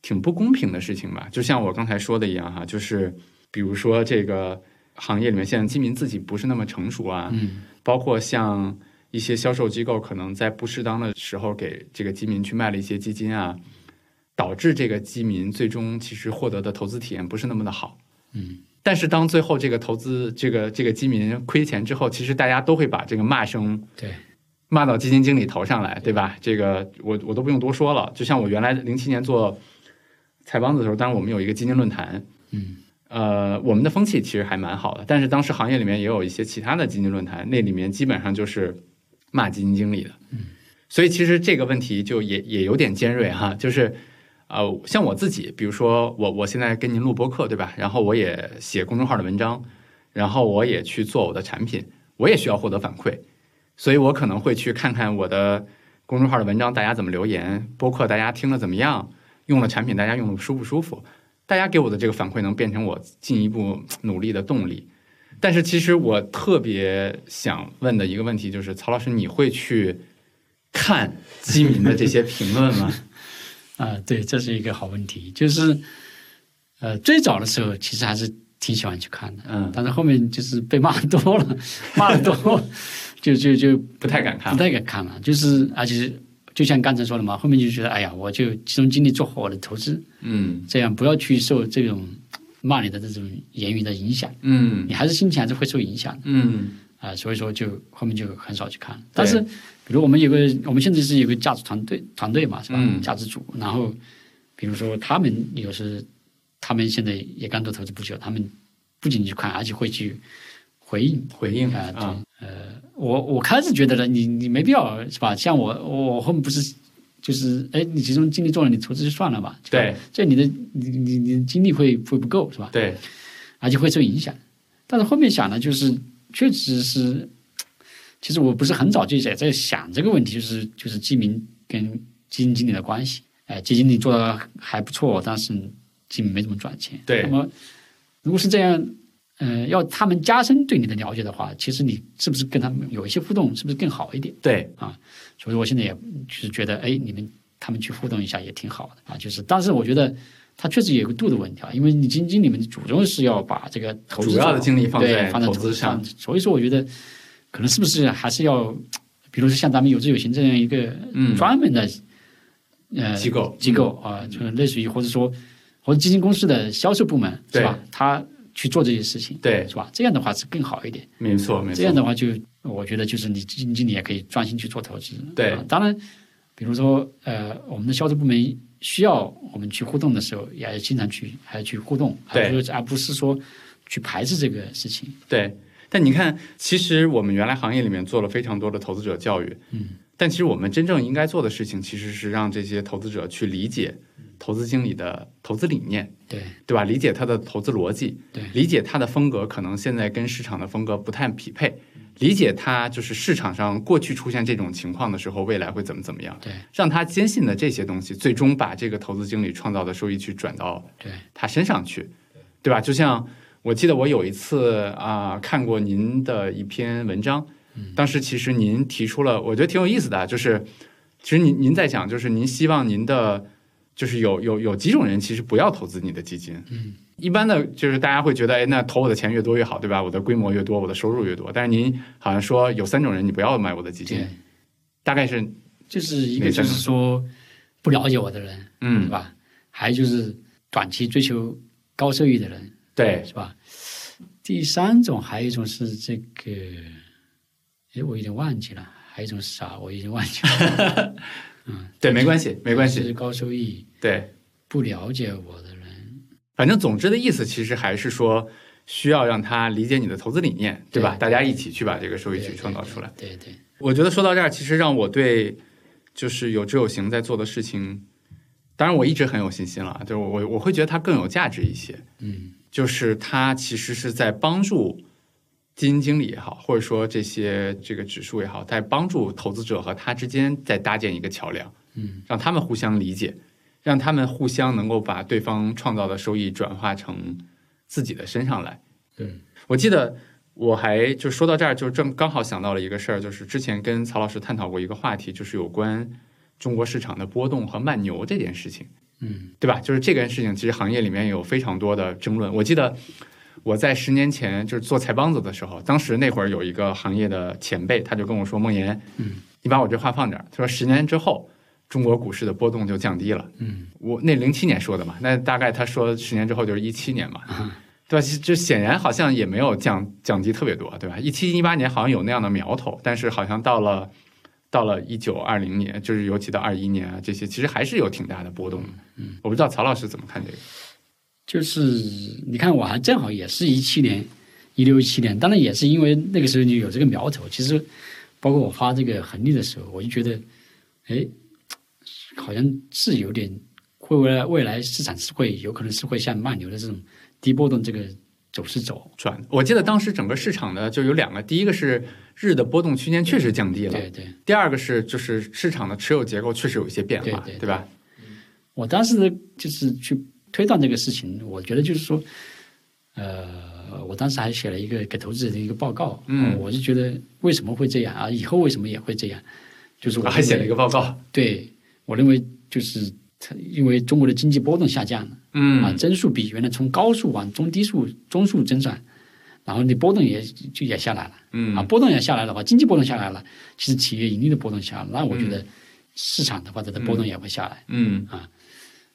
Speaker 1: 挺不公平的事情吧，就像我刚才说的一样哈，就是比如说这个行业里面现在基民自己不是那么成熟啊，
Speaker 2: 嗯，
Speaker 1: 包括像一些销售机构可能在不适当的时候给这个基民去卖了一些基金啊，导致这个基民最终其实获得的投资体验不是那么的好。
Speaker 2: 嗯，
Speaker 1: 但是当最后这个投资这个这个基民亏钱之后，其实大家都会把这个骂声
Speaker 2: 对
Speaker 1: 骂到基金经理头上来，对吧？这个我我都不用多说了。就像我原来零七年做财帮子的时候，当然我们有一个基金论坛，
Speaker 2: 嗯，
Speaker 1: 呃，我们的风气其实还蛮好的。但是当时行业里面也有一些其他的基金论坛，那里面基本上就是骂基金经理的，嗯，所以其实这个问题就也也有点尖锐哈，就是。呃，像我自己，比如说我我现在跟您录播客，对吧？然后我也写公众号的文章，然后我也去做我的产品，我也需要获得反馈。所以我可能会去看看我的公众号的文章大家怎么留言，播客大家听了怎么样，用了产品大家用的舒不舒服，大家给我的这个反馈能变成我进一步努力的动力。但是其实我特别想问的一个问题就是，曹老师，你会去看基民的这些评论吗？
Speaker 2: 啊、对，这是一个好问题。就是呃，最早的时候其实还是挺喜欢去看的，
Speaker 1: 嗯
Speaker 2: 但是后面就是被骂多了， 骂的多，就就就
Speaker 1: 不太敢看
Speaker 2: 不。太敢看了。就是而且就像刚才说的嘛，后面就觉得哎呀，我就集中精力做好我的投资，
Speaker 1: 嗯
Speaker 2: 这样不要去受这种骂你的这种言语的影响，
Speaker 1: 嗯
Speaker 2: 你还是心情还是会受影响的
Speaker 1: 嗯
Speaker 2: 啊、所以说就后面就很少去看。但是比如我们有个，我们现在是有个价值团队团队嘛，是吧？
Speaker 1: 嗯
Speaker 2: 价值组，然后比如说他们有时他们现在也刚做投资不久，他们不仅去看，而且会去回应
Speaker 1: 回应
Speaker 2: 啊、对
Speaker 1: 啊，
Speaker 2: 呃，我我开始觉得呢，你你没必要是吧？像我我我后面不是就是哎，你集中精力做了，你投资就算了吧。这个
Speaker 1: 对，
Speaker 2: 这你的你你你的精力会会不够是吧？
Speaker 1: 对，
Speaker 2: 而且会受影响。但是后面想呢，就是确实是，其实我不是很早就也在想这个问题，就是就是基民跟基金经理的关系。哎，基金经理做的还不错，但是基民没怎么赚钱。
Speaker 1: 对
Speaker 2: 那么如果是这样，呃，要他们加深对你的了解的话，其实你是不是跟他们有一些互动，是不是更好一点？
Speaker 1: 对，
Speaker 2: 所以我现在也就是觉得，哎，你们他们去互动一下也挺好的啊。就是，但是我觉得它确实有个度的问题啊，因为你基金经理们主动是要把这个投资
Speaker 1: 主要的精力放
Speaker 2: 对
Speaker 1: 在
Speaker 2: 放在
Speaker 1: 投资上，
Speaker 2: 所以说我觉得可能是不是还是要，比如说像咱们有志有行这样一个
Speaker 1: 嗯
Speaker 2: 专门的、呃
Speaker 1: 机构嗯
Speaker 2: 机构啊，就是类似于或者说或者基金公司的销售部门是
Speaker 1: 对
Speaker 2: 吧？他去做这些事情，
Speaker 1: 对
Speaker 2: 是吧？这样的话是更好一点。
Speaker 1: 没错没
Speaker 2: 这样
Speaker 1: 错，
Speaker 2: 的话就，我觉得就是你基金经理也可以专心去做投资。
Speaker 1: 对
Speaker 2: 啊当然，比如说呃，我们的销售部门需要我们去互动的时候，也经常去还要去互动，
Speaker 1: 对
Speaker 2: 而不是而不是说去排斥这个事情。
Speaker 1: 对。但你看，其实我们原来行业里面做了非常多的投资者教育，
Speaker 2: 嗯，
Speaker 1: 但其实我们真正应该做的事情，其实是让这些投资者去理解投资经理的投资理念，
Speaker 2: 对
Speaker 1: 对吧？理解他的投资逻辑，
Speaker 2: 对
Speaker 1: 理解他的风格可能现在跟市场的风格不太匹配，
Speaker 2: 嗯
Speaker 1: 理解他就是市场上过去出现这种情况的时候，未来会怎么怎么样，
Speaker 2: 对
Speaker 1: 让他坚信的这些东西，最终把这个投资经理创造的收益去转到
Speaker 2: 对
Speaker 1: 他身上去，对吧？就像我记得我有一次啊、看过您的一篇文章，
Speaker 2: 嗯
Speaker 1: 当时其实您提出了，我觉得挺有意思的啊，就是其实您您在讲，就是您希望您的就是有有有几种人其实不要投资你的基金，
Speaker 2: 嗯，
Speaker 1: 一般的就是大家会觉得，哎，那投我的钱越多越好，对吧？我的规模越多，我的收入越多。但是您好像说有三种人你不要买我的基金
Speaker 2: 对，，
Speaker 1: 大概是
Speaker 2: 就是一
Speaker 1: 哪
Speaker 2: 个就
Speaker 1: 三种
Speaker 2: 是说不了解我的人，是
Speaker 1: 嗯，
Speaker 2: 吧？还有就是短期追求高收益的人，
Speaker 1: 对，
Speaker 2: 是吧？第三种还有一种是这个，哎，我有点忘记了，还有一种是啥？我已经忘记了。
Speaker 1: 对，没关系，没关
Speaker 2: 是
Speaker 1: 系，
Speaker 2: 高收益，
Speaker 1: 对。
Speaker 2: 不了解我的人，
Speaker 1: 反正总之的意思其实还是说，需要让他理解你的投资理念，对吧？
Speaker 2: 对
Speaker 1: 大家一起去把这个收益
Speaker 2: 对
Speaker 1: 去创造出来。。
Speaker 2: 对对
Speaker 1: 我觉得说到这儿，其实让我对就是有知有行在做的事情，当然我一直很有信心了，就是我我我会觉得它更有价值一些。
Speaker 2: 嗯，
Speaker 1: 就是它其实是在帮助基金经理也好，或者说这些这个指数也好，在帮助投资者和他之间在搭建一个桥梁，
Speaker 2: 嗯，
Speaker 1: 让他们互相理解，让他们互相能够把对方创造的收益转化成自己的身上来。
Speaker 2: 嗯，
Speaker 1: 我记得我还就说到这儿，就正刚好想到了一个事儿，就是之前跟曹老师探讨过一个话题，就是有关中国市场的波动和慢牛这件事情。
Speaker 2: 嗯
Speaker 1: 对吧？就是这件事情，其实行业里面有非常多的争论。我记得我在十年前就是做财帮子的时候，当时那会儿有一个行业的前辈，他就跟我说：“梦岩，
Speaker 2: 嗯，
Speaker 1: 你把我这话放这儿。”他说：“十年之后，中国股市的波动就降低了。”
Speaker 2: 嗯，
Speaker 1: 我那零七年说的嘛，那大概他说十年之后就是一七年嘛，对吧？其这显然好像也没有降降低特别多，对吧？一七一八年好像有那样的苗头，但是好像到了到了一九二零年，就是尤其到二一年啊这些，其实还是有挺大的波动的。嗯，我不知道曹老师怎么看这个。
Speaker 2: 就是你看，我还正好也是一七年、一六一七年，当然也是因为那个时候就有这个苗头。其实，包括我发这个恒利的时候，我就觉得，哎，好像是有点会未来未来市场是会有可能是会向慢牛的这种低波动这个走势走。
Speaker 1: 转，我记得当时整个市场的就有两个，第一个是日的波动区间确实降低了，
Speaker 2: 对对，
Speaker 1: 第二个是就是市场的持有结构确实有一些变化，
Speaker 2: 对对对
Speaker 1: 吧？
Speaker 2: 我当时的就是去推断这个事情，我觉得就是说，呃，我当时还写了一个给投资者的一个报告，
Speaker 1: 嗯
Speaker 2: 呃我就觉得为什么会这样啊？以后为什么也会这样？就是我
Speaker 1: 我啊还写了一
Speaker 2: 认为
Speaker 1: 个报告，
Speaker 2: 对，我认为就是它因为中国的经济波动下降了，啊，
Speaker 1: 嗯，
Speaker 2: 增速比原来从高速往中低速、中速增长，然后你波动也就也下来了，
Speaker 1: 嗯
Speaker 2: 啊，波动也下来的话，经济波动下来了，其实企业盈利的波动下来了，那我觉得市场的话，它的波动也会下来。
Speaker 1: 嗯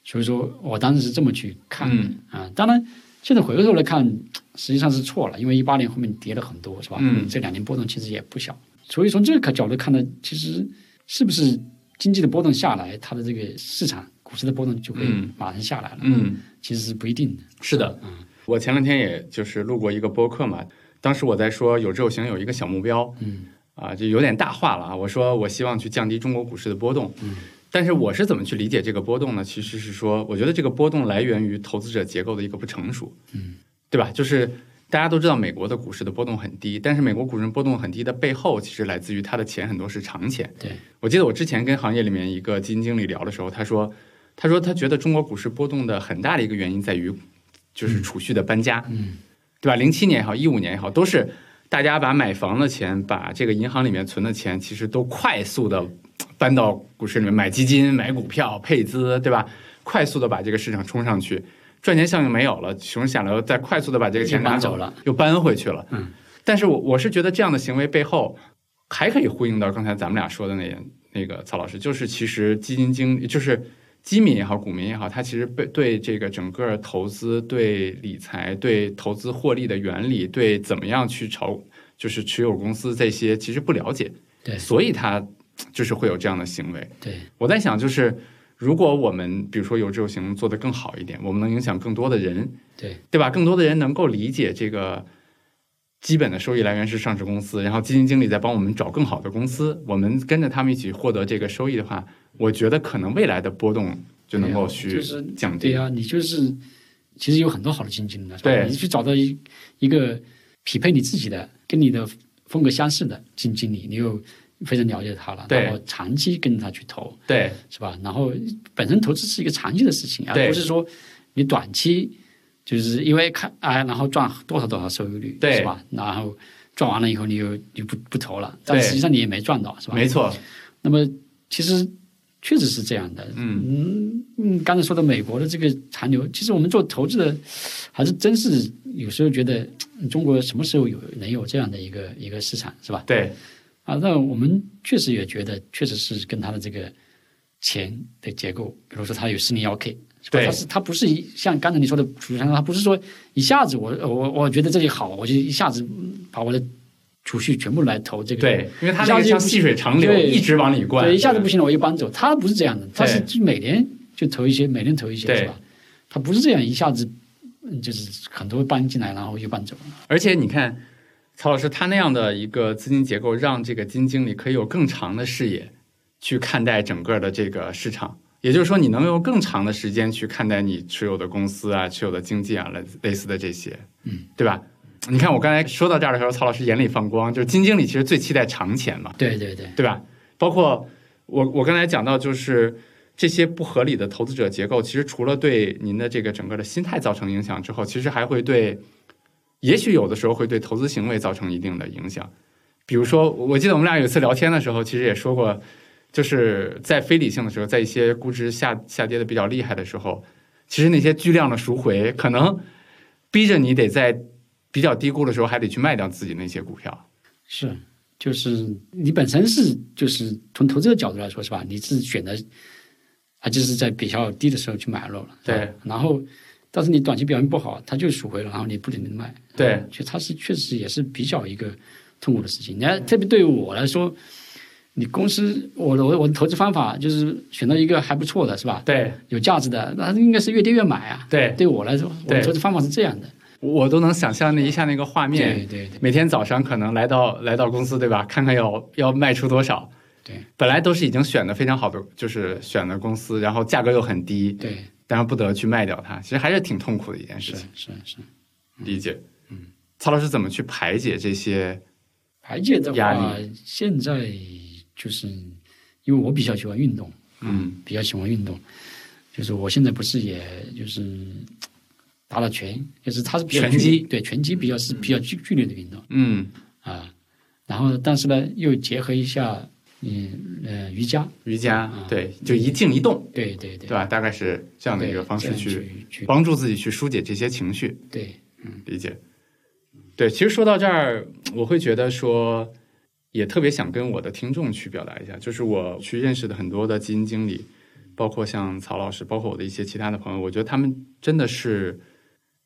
Speaker 2: 所以说我当时是这么去看的、
Speaker 1: 嗯
Speaker 2: 啊。当然，现在回过头来看，实际上是错了，因为一八年后面跌了很多，是吧？
Speaker 1: 嗯
Speaker 2: 这两年波动其实也不小，所以从这个角度看呢，其实是不是经济的波动下来，它的这个市场股市的波动就会
Speaker 1: 嗯
Speaker 2: 马上下来了？
Speaker 1: 嗯，
Speaker 2: 其实是不一定的。
Speaker 1: 是的，
Speaker 2: 嗯
Speaker 1: 我前两天也就是录过一个播客嘛，当时我在说有志有行有一个小目标，
Speaker 2: 嗯
Speaker 1: 啊，就有点大话了啊。我说我希望去降低中国股市的波动，
Speaker 2: 嗯
Speaker 1: 但是我是怎么去理解这个波动呢？其实是说，我觉得这个波动来源于投资者结构的一个不成熟，
Speaker 2: 嗯，
Speaker 1: 对吧？就是大家都知道美国的股市的波动很低，但是美国股市波动很低的背后，其实来自于它的钱很多是长钱。
Speaker 2: 对，
Speaker 1: 我记得我之前跟行业里面一个基金经理聊的时候，他说，他说他觉得中国股市波动的很大的一个原因在于，就是储蓄的搬家，
Speaker 2: 嗯
Speaker 1: 对吧？零七年也好，一五年也好，都是大家把买房的钱，把这个银行里面存的钱，其实都快速的搬到股市里面买基金、买股票、配资，对吧？快速的把这个市场冲上去，赚钱效应没有了，熊市下来后再快速的把这个钱
Speaker 2: 又搬
Speaker 1: 拿走
Speaker 2: 走了，
Speaker 1: 又搬回去了。
Speaker 2: 嗯，
Speaker 1: 但是我我是觉得这样的行为背后，还可以呼应到刚才咱们俩说的那那个曹老师，就是其实基金经就是基民也好，股民也好，它其实被对这个整个投资、对理财、对投资获利的原理、对怎么样去炒，就是持有公司这些其实不了解，
Speaker 2: 对
Speaker 1: 所以它就是会有这样的行为。
Speaker 2: 对，
Speaker 1: 我在想，就是如果我们比如说有志有行做得更好一点，我们能影响更多的人，
Speaker 2: 对
Speaker 1: 对吧？更多的人能够理解这个基本的收益来源是上市公司，然后基金经理在帮我们找更好的公司，我们跟着他们一起获得这个收益的话，我觉得可能未来的波动就能够去
Speaker 2: 哎就是
Speaker 1: 降低。
Speaker 2: 对啊，你就是其实有很多好的基金经理的，是吧
Speaker 1: 对
Speaker 2: 你去找到一一个匹配你自己的、跟你的风格相似的基金经理，你又非常了解他了，
Speaker 1: 对
Speaker 2: 然后长期跟着他去投，
Speaker 1: 对
Speaker 2: 是吧？然后本身投资是一个长期的事情，而
Speaker 1: 对
Speaker 2: 不是说你短期就是因为看啊，然后赚多少多少收益率，
Speaker 1: 对
Speaker 2: 是吧？然后赚完了以后你又你不不投了，但
Speaker 1: 对
Speaker 2: 实际上你也没赚到，是吧？
Speaker 1: 没错，
Speaker 2: 那么其实确实是这样的。嗯嗯，刚才说的美国的这个残留，其实我们做投资的，还是真是有时候觉得嗯中国什么时候有能有这样的一个一个市场，是吧？
Speaker 1: 对
Speaker 2: 啊，那我们确实也觉得，确实是跟它的这个钱的结构，比如说它有四零幺 K。是吧
Speaker 1: 对
Speaker 2: 它是它不是一像刚才你说的储蓄商，它不是说一下子我我我觉得这里好，我就一下子嗯把我的储蓄全部来投这个
Speaker 1: 对，因为它那个像细水长流，
Speaker 2: 对
Speaker 1: 一直往里灌，
Speaker 2: 对，一下子不行了，我就搬走。他不是这样的，他是就每年就投一些，每年投一些，
Speaker 1: 对
Speaker 2: 是吧？他不是这样一下子，嗯就是很多搬进来，然后又搬走。
Speaker 1: 而且你看，曹老师他那样的一个资金结构，让这个基金经理可以有更长的视野去看待整个的这个市场。也就是说，你能用更长的时间去看待你持有的公司啊、持有的经济啊、类类似的这些，
Speaker 2: 嗯，
Speaker 1: 对吧？你看我刚才说到这儿的时候，曹老师眼里放光，就是基金经理其实最期待长钱嘛，
Speaker 2: 对对对
Speaker 1: 对吧？包括我我刚才讲到，就是这些不合理的投资者结构，其实除了对您的这个整个的心态造成影响之后，其实还会对，也许有的时候会对投资行为造成一定的影响。比如说，我我记得我们俩有一次聊天的时候，其实也说过，就是在非理性的时候，在一些估值下下跌的比较厉害的时候，其实那些巨量的赎回，可能逼着你得在比较低估的时候，还得去卖掉自己那些股票。
Speaker 2: 是，就是你本身是就是从投资的角度来说，是吧？你是选择啊，就是在比较低的时候去买入了，是吧
Speaker 1: 对。
Speaker 2: 然后，但是你短期表现不好，它就赎回了，然后你不停的卖，
Speaker 1: 对
Speaker 2: 就它是确实也是比较一个痛苦的事情。你看，特别对于我来说，你公司我的我我的投资方法就是选到一个还不错的，是吧？
Speaker 1: 对
Speaker 2: 有价值的，那应该是越跌越买啊。
Speaker 1: 对
Speaker 2: 对我来说，我
Speaker 1: 对
Speaker 2: 的投资方法是这样的。
Speaker 1: 我都能想象那一下那个画面，
Speaker 2: 对对对
Speaker 1: 每天早上可能来到来到公司，对吧？看看要要卖出多少。
Speaker 2: 对
Speaker 1: 本来都是已经选的非常好的，就是选的公司，然后价格又很低，
Speaker 2: 对，
Speaker 1: 然后不得去卖掉它，其实还是挺痛苦的一件事
Speaker 2: 是
Speaker 1: 情。
Speaker 2: 是是。
Speaker 1: 理解。嗯，曹老师怎么去排解这些？
Speaker 2: 排解的
Speaker 1: 压
Speaker 2: 话，现在就是因为我比较喜欢运动，
Speaker 1: 嗯
Speaker 2: 比较喜欢运动，就是我现在不是也就是打打拳，就是它是比较
Speaker 1: 拳击
Speaker 2: 剧烈对拳击比较是比较剧剧烈的运动
Speaker 1: 嗯，
Speaker 2: 啊。然后，但是呢，又结合一下嗯呃瑜伽，
Speaker 1: 瑜伽
Speaker 2: 啊
Speaker 1: 对，就一静一动，
Speaker 2: 对对
Speaker 1: 对
Speaker 2: 对，
Speaker 1: 吧？大概是这样的一个
Speaker 2: 对
Speaker 1: 方式
Speaker 2: 这样
Speaker 1: 去
Speaker 2: 去去
Speaker 1: 帮助自己去疏解这些情绪。
Speaker 2: 对
Speaker 1: 理解。对，其实说到这儿，我会觉得说，也特别想跟我的听众去表达一下，就是我去认识的很多的基金经理，包括像曹老师，包括我的一些其他的朋友，我觉得他们真的是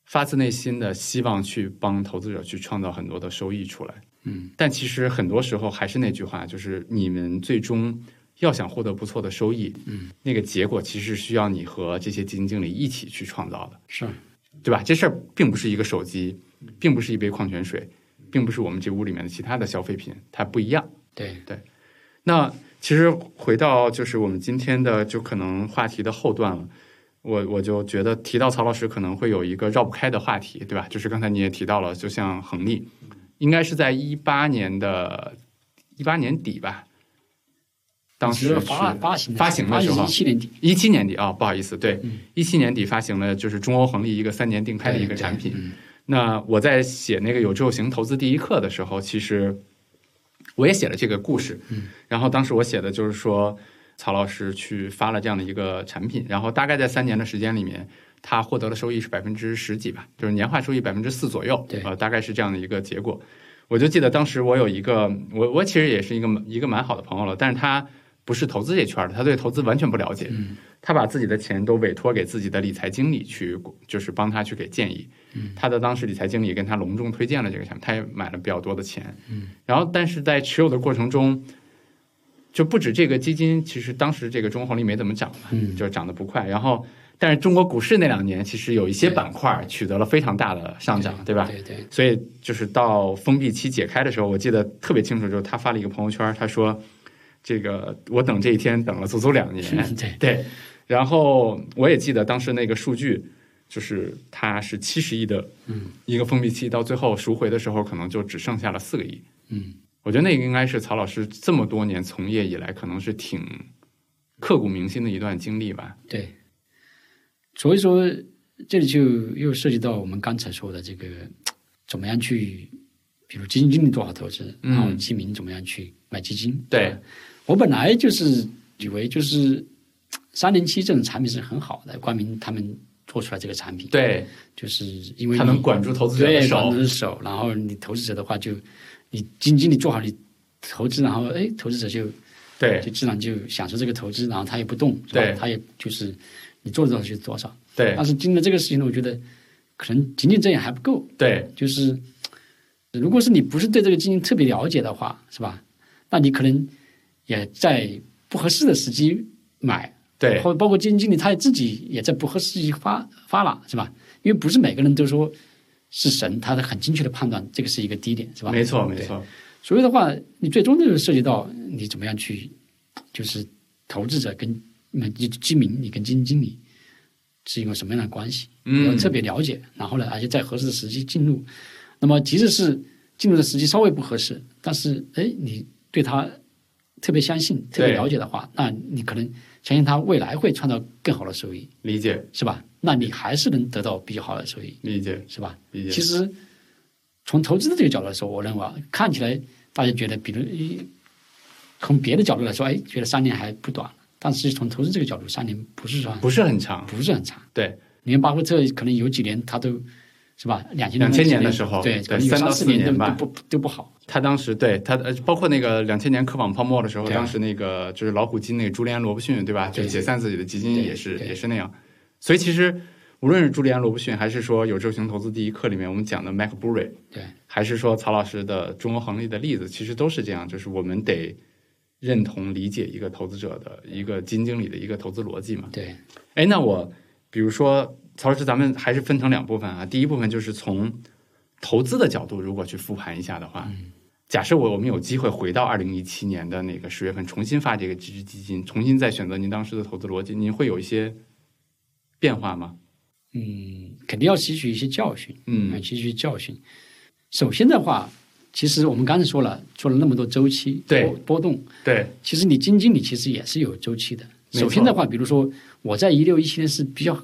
Speaker 1: 发自内心的希望去帮投资者去创造很多的收益出来。
Speaker 2: 嗯
Speaker 1: 但其实很多时候还是那句话，就是你们最终要想获得不错的收益，
Speaker 2: 嗯，
Speaker 1: 那个结果其实需要你和这些基金经理一起去创造的，
Speaker 2: 是
Speaker 1: 对吧？这事儿并不是一个手机，并不是一杯矿泉水，并不是我们这屋里面的其他的消费品，它不一样。
Speaker 2: 对，
Speaker 1: 那其实回到就是我们今天的就可能话题的后段了，我我就觉得提到曹老师可能会有一个绕不开的话题，对吧？就是刚才你也提到了，就像恒力，应该是在一八年的一八年底吧，当时
Speaker 2: 只是发发行
Speaker 1: 发行的时候
Speaker 2: 一七年底，
Speaker 1: 一七年底啊、不好意思，对
Speaker 2: 嗯，
Speaker 1: 一七年底发行了就是中欧恒力一个三年定开的一个
Speaker 2: 对
Speaker 1: 产品，，
Speaker 2: 对嗯
Speaker 1: 那我在写那个有志有行投资第一课的时候，其实我也写了这个故事。
Speaker 2: 嗯，
Speaker 1: 然后当时我写的就是说，曹老师去发了这样的一个产品，然后大概在三年的时间里面，他获得的收益是百分之十几吧，就是年化收益百分之四左右。
Speaker 2: 对
Speaker 1: 呃，大概是这样的一个结果。我就记得当时我有一个，我我其实也是一个一个蛮好的朋友了，但是他不是投资这圈儿的，他对投资完全不了解。
Speaker 2: 嗯
Speaker 1: 他把自己的钱都委托给自己的理财经理去，就是帮他去给建议。
Speaker 2: 嗯
Speaker 1: 他的当时理财经理跟他隆重推荐了这个产品，他也买了比较多的钱。
Speaker 2: 嗯，
Speaker 1: 然后但是在持有的过程中，就不止这个基金，其实当时这个中红利没怎么涨嘛，
Speaker 2: 嗯
Speaker 1: 就涨得不快。然后，但是中国股市那两年其实有一些板块取得了非常大的上涨，对吧？
Speaker 2: 对对，
Speaker 1: 所以就是到封闭期解开的时候，我记得特别清楚，就是他发了一个朋友圈，他说：“这个我等这一天等了足足两年。
Speaker 2: 嗯 对”
Speaker 1: 对，然后我也记得当时那个数据，就是它是七十亿的
Speaker 2: 嗯
Speaker 1: 一个封闭期，到最后赎回的时候，可能就只剩下了四个亿。
Speaker 2: 嗯
Speaker 1: 我觉得那个应该是曹老师这么多年从业以来，可能是挺刻骨铭心的一段经历吧。
Speaker 2: 对，所以说这里就又涉及到我们刚才说的这个怎么样去，比如基金经理做好投资，
Speaker 1: 嗯
Speaker 2: 然后基民怎么样去买基金。
Speaker 1: 对
Speaker 2: 吧，我本来就是以为就是三零七这种产品是很好的，光明他们做出来这个产品，，
Speaker 1: 对，
Speaker 2: 就是因为
Speaker 1: 他
Speaker 2: 你
Speaker 1: 能管住投资者的
Speaker 2: 对，
Speaker 1: 手
Speaker 2: 管住手，然后你投资者的话就你基金经理做好你投资，然后哎，投资者就
Speaker 1: 对
Speaker 2: 就自然就享受这个投资，然后他也不动，是吧
Speaker 1: 对
Speaker 2: 他也就是你做多少就是多少。
Speaker 1: 对
Speaker 2: 但是经历这个事情呢，我觉得可能仅仅这样还不够，
Speaker 1: 对
Speaker 2: 就是如果是你不是对这个基金特别了解的话，是吧？那你可能也在不合适的时机买，
Speaker 1: 对
Speaker 2: 或者包括基金经理他自己也在不合适时机发发了，是吧？因为不是每个人都说是神，他很精确的判断这个是一个低点，是吧？
Speaker 1: 没错没
Speaker 2: 对
Speaker 1: 错，
Speaker 2: 所以的话，你最终就是涉及到你怎么样去，就是投资者跟那基基民，你跟基金经理是一个什么样的关系？
Speaker 1: 嗯
Speaker 2: 要特别了解，然后呢，而且在合适的时机进入。那么，即使是进入的时机稍微不合适，但是哎，你对他特别相信、特别了解的话，那你可能相信他未来会创造更好的收益，
Speaker 1: 理解
Speaker 2: 是吧？那你还是能得到比较好的收益，
Speaker 1: 理解
Speaker 2: 是吧？
Speaker 1: 理解，
Speaker 2: 其实从投资的这个角度来说，我认为啊，看起来大家觉得，比如一从别的角度来说，哎，觉得三年还不短，但是从投资这个角度，三年不是说
Speaker 1: 不是很长，
Speaker 2: 不是很长。
Speaker 1: 对
Speaker 2: 你看巴菲特可能有几年他都是吧，两千
Speaker 1: 2000年的时候
Speaker 2: 对，
Speaker 1: 对
Speaker 2: 可能有
Speaker 1: 三到四
Speaker 2: 四都
Speaker 1: 年吧
Speaker 2: 都不都不好，
Speaker 1: 他当时对他呃，包括那个两千年科网泡沫的时候，
Speaker 2: 对啊
Speaker 1: 当时那个就是老虎基那个朱利安·罗布逊，对吧？就
Speaker 2: 对
Speaker 1: 解散自己的基金
Speaker 2: 对
Speaker 1: 也是
Speaker 2: 对
Speaker 1: 也是那样。所以其实无论是朱利安·罗布逊，还是说有志型投资第一课里面我们讲的 Mac Burry，
Speaker 2: 对
Speaker 1: 还是说曹老师的中国恒利的例子，其实都是这样，就是我们得认同理解一个投资者的一个基金经理的一个投资逻辑嘛。
Speaker 2: 对
Speaker 1: 哎，那我比如说，曹老师，咱们还是分成两部分啊。第一部分就是从投资的角度，如果去复盘一下的话，
Speaker 2: 嗯
Speaker 1: 假设我我们有机会回到二零一七年的那个十月份，重新发这个基金基金，重新再选择您当时的投资逻辑，您会有一些变化吗？
Speaker 2: 嗯，肯定要吸取一些教训，
Speaker 1: 嗯，
Speaker 2: 吸取一些教训。首先的话，其实我们刚才说了，做了那么多周期
Speaker 1: 对
Speaker 2: 波波动，
Speaker 1: 对
Speaker 2: 其实你基金经理其实也是有周期的。
Speaker 1: 没错
Speaker 2: 首先的话，比如说我在一六一七年是比较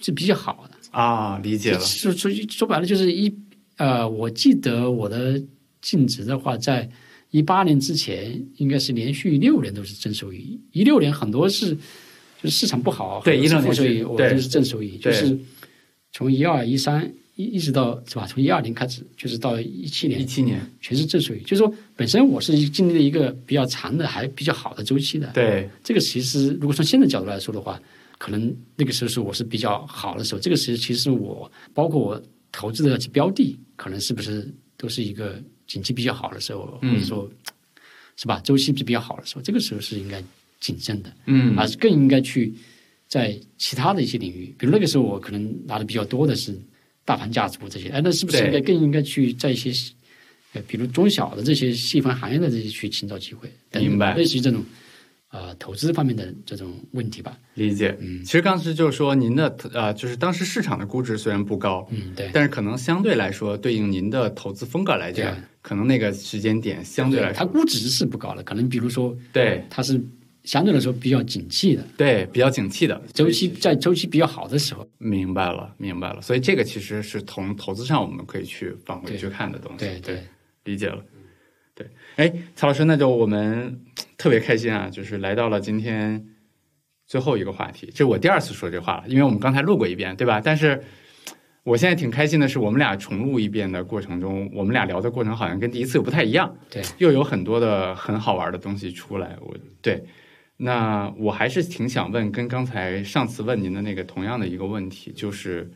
Speaker 2: 是比较好的，
Speaker 1: 啊，理解了，
Speaker 2: 说说说白了就是一呃，我记得我的净值的话，在一八年之前应该是连续六年都是正收益，一六年很多是就是市场不好，
Speaker 1: 对
Speaker 2: 很多
Speaker 1: 16年
Speaker 2: 是负收益
Speaker 1: 是
Speaker 2: 我
Speaker 1: 对
Speaker 2: 就是正收益，
Speaker 1: 对
Speaker 2: 就是从一二一三一一直到是吧？从一二年开始就是到一七年
Speaker 1: 一，七年，
Speaker 2: 全是正收益，就是说本身我是经历了一个比较长的还比较好的周期的。
Speaker 1: 对
Speaker 2: 这个其实如果从现在角度来说的话，可能那个时候是我是比较好的时候，这个时期是我包括我投资的标的，可能是不是都是一个景气比较好的时候，
Speaker 1: 嗯
Speaker 2: 或者说是吧，周期比较好的时候，这个时候是应该谨慎的，
Speaker 1: 嗯
Speaker 2: 而是更应该去在其他的一些领域，比如那个时候我可能拿的比较多的是大盘价值股这些，哎，那是不是
Speaker 1: 对
Speaker 2: 应该更应该去在一些呃，比如中小的这些细分行业的这些去寻找机会，等
Speaker 1: 明白
Speaker 2: 类似于这种呃投资方面的这种问题吧，
Speaker 1: 理解。
Speaker 2: 嗯
Speaker 1: 其实刚是就是说您的呃，就是当时市场的估值虽然不高，
Speaker 2: 嗯，对，
Speaker 1: 但是可能相对来说，对应您的投资风格来讲
Speaker 2: 对，
Speaker 1: 可能那个时间点相对来
Speaker 2: 它
Speaker 1: 说，
Speaker 2: 估值是不高的，可能比如说
Speaker 1: 对
Speaker 2: 它是相对来说比较景气的，
Speaker 1: 对比较景气的，
Speaker 2: 周期在周期比较好的时候，
Speaker 1: 明白了，明白了。所以这个其实是从投资上我们可以去返回
Speaker 2: 对
Speaker 1: 去看的东西。
Speaker 2: 对对，
Speaker 1: 理解了。对，哎，曹老师，那就我们特别开心啊，就是来到了今天最后一个话题，这是我第二次说这话了，因为我们刚才录过一遍，对吧？但是我现在挺开心的是，我们俩重录一遍的过程中，我们俩聊的过程好像跟第一次又不太一样，
Speaker 2: 对，
Speaker 1: 又有很多的很好玩的东西出来。我对，那我还是挺想问，跟刚才上次问您的那个同样的一个问题，就是。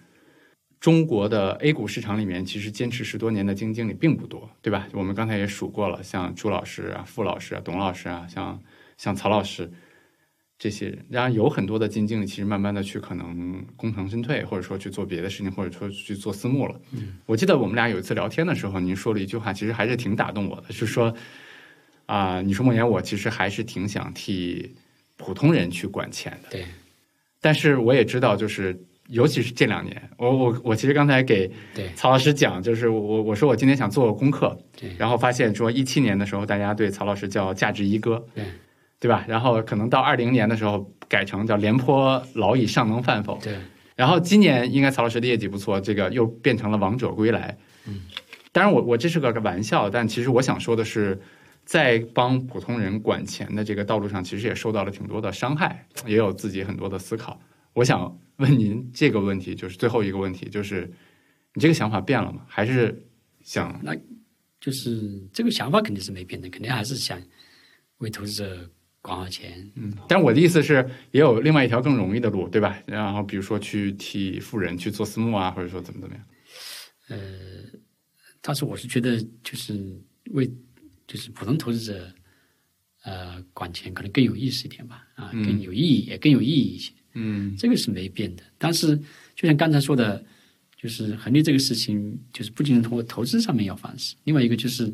Speaker 1: 中国的 A 股市场里面，其实坚持十多年的基金经理并不多，对吧？我们刚才也数过了，像朱老师啊、傅老师啊、董老师啊，像像曹老师这些人，然后有很多的基金经理其实慢慢的去可能功成身退，或者说去做别的事情，或者说去做私募了。嗯，我记得我们俩有一次聊天的时候，您说了一句话，其实还是挺打动我的，是说啊、你说梦岩，我其实还是挺想替普通人去管钱的。
Speaker 2: 对，
Speaker 1: 但是我也知道，就是尤其是这两年，我我我其实刚才给
Speaker 2: 对
Speaker 1: 曹老师讲，就是我我说我今天想做个功课，
Speaker 2: 对
Speaker 1: 然后发现说一七年的时候，大家对曹老师叫价值一哥，
Speaker 2: 对，
Speaker 1: 对吧？然后可能到二零年的时候改成叫廉颇老矣尚能饭否，
Speaker 2: 对，
Speaker 1: 然后今年应该曹老师的业绩不错，这个又变成了王者归来。嗯，当然我我这是个玩笑，但其实我想说的是，在帮普通人管钱的这个道路上，其实也受到了挺多的伤害，也有自己很多的思考。我想问您这个问题，就是最后一个问题，就是你这个想法变了吗？还是想
Speaker 2: 就是这个想法肯定是没变的，肯定还是想为投资者管好钱，
Speaker 1: 嗯，但我的意思是，也有另外一条更容易的路，对吧？然后比如说去替富人去做私募啊，或者说怎么怎么样。
Speaker 2: 但是我是觉得，就是为就是普通投资者，呃，管钱可能更有意思一点吧，啊，
Speaker 1: 嗯
Speaker 2: 更有意义，也更有意义一些，
Speaker 1: 嗯
Speaker 2: 这个是没变的。但是就像刚才说的，就是恒利这个事情，就是不仅仅通过投资上面要反思，另外一个就是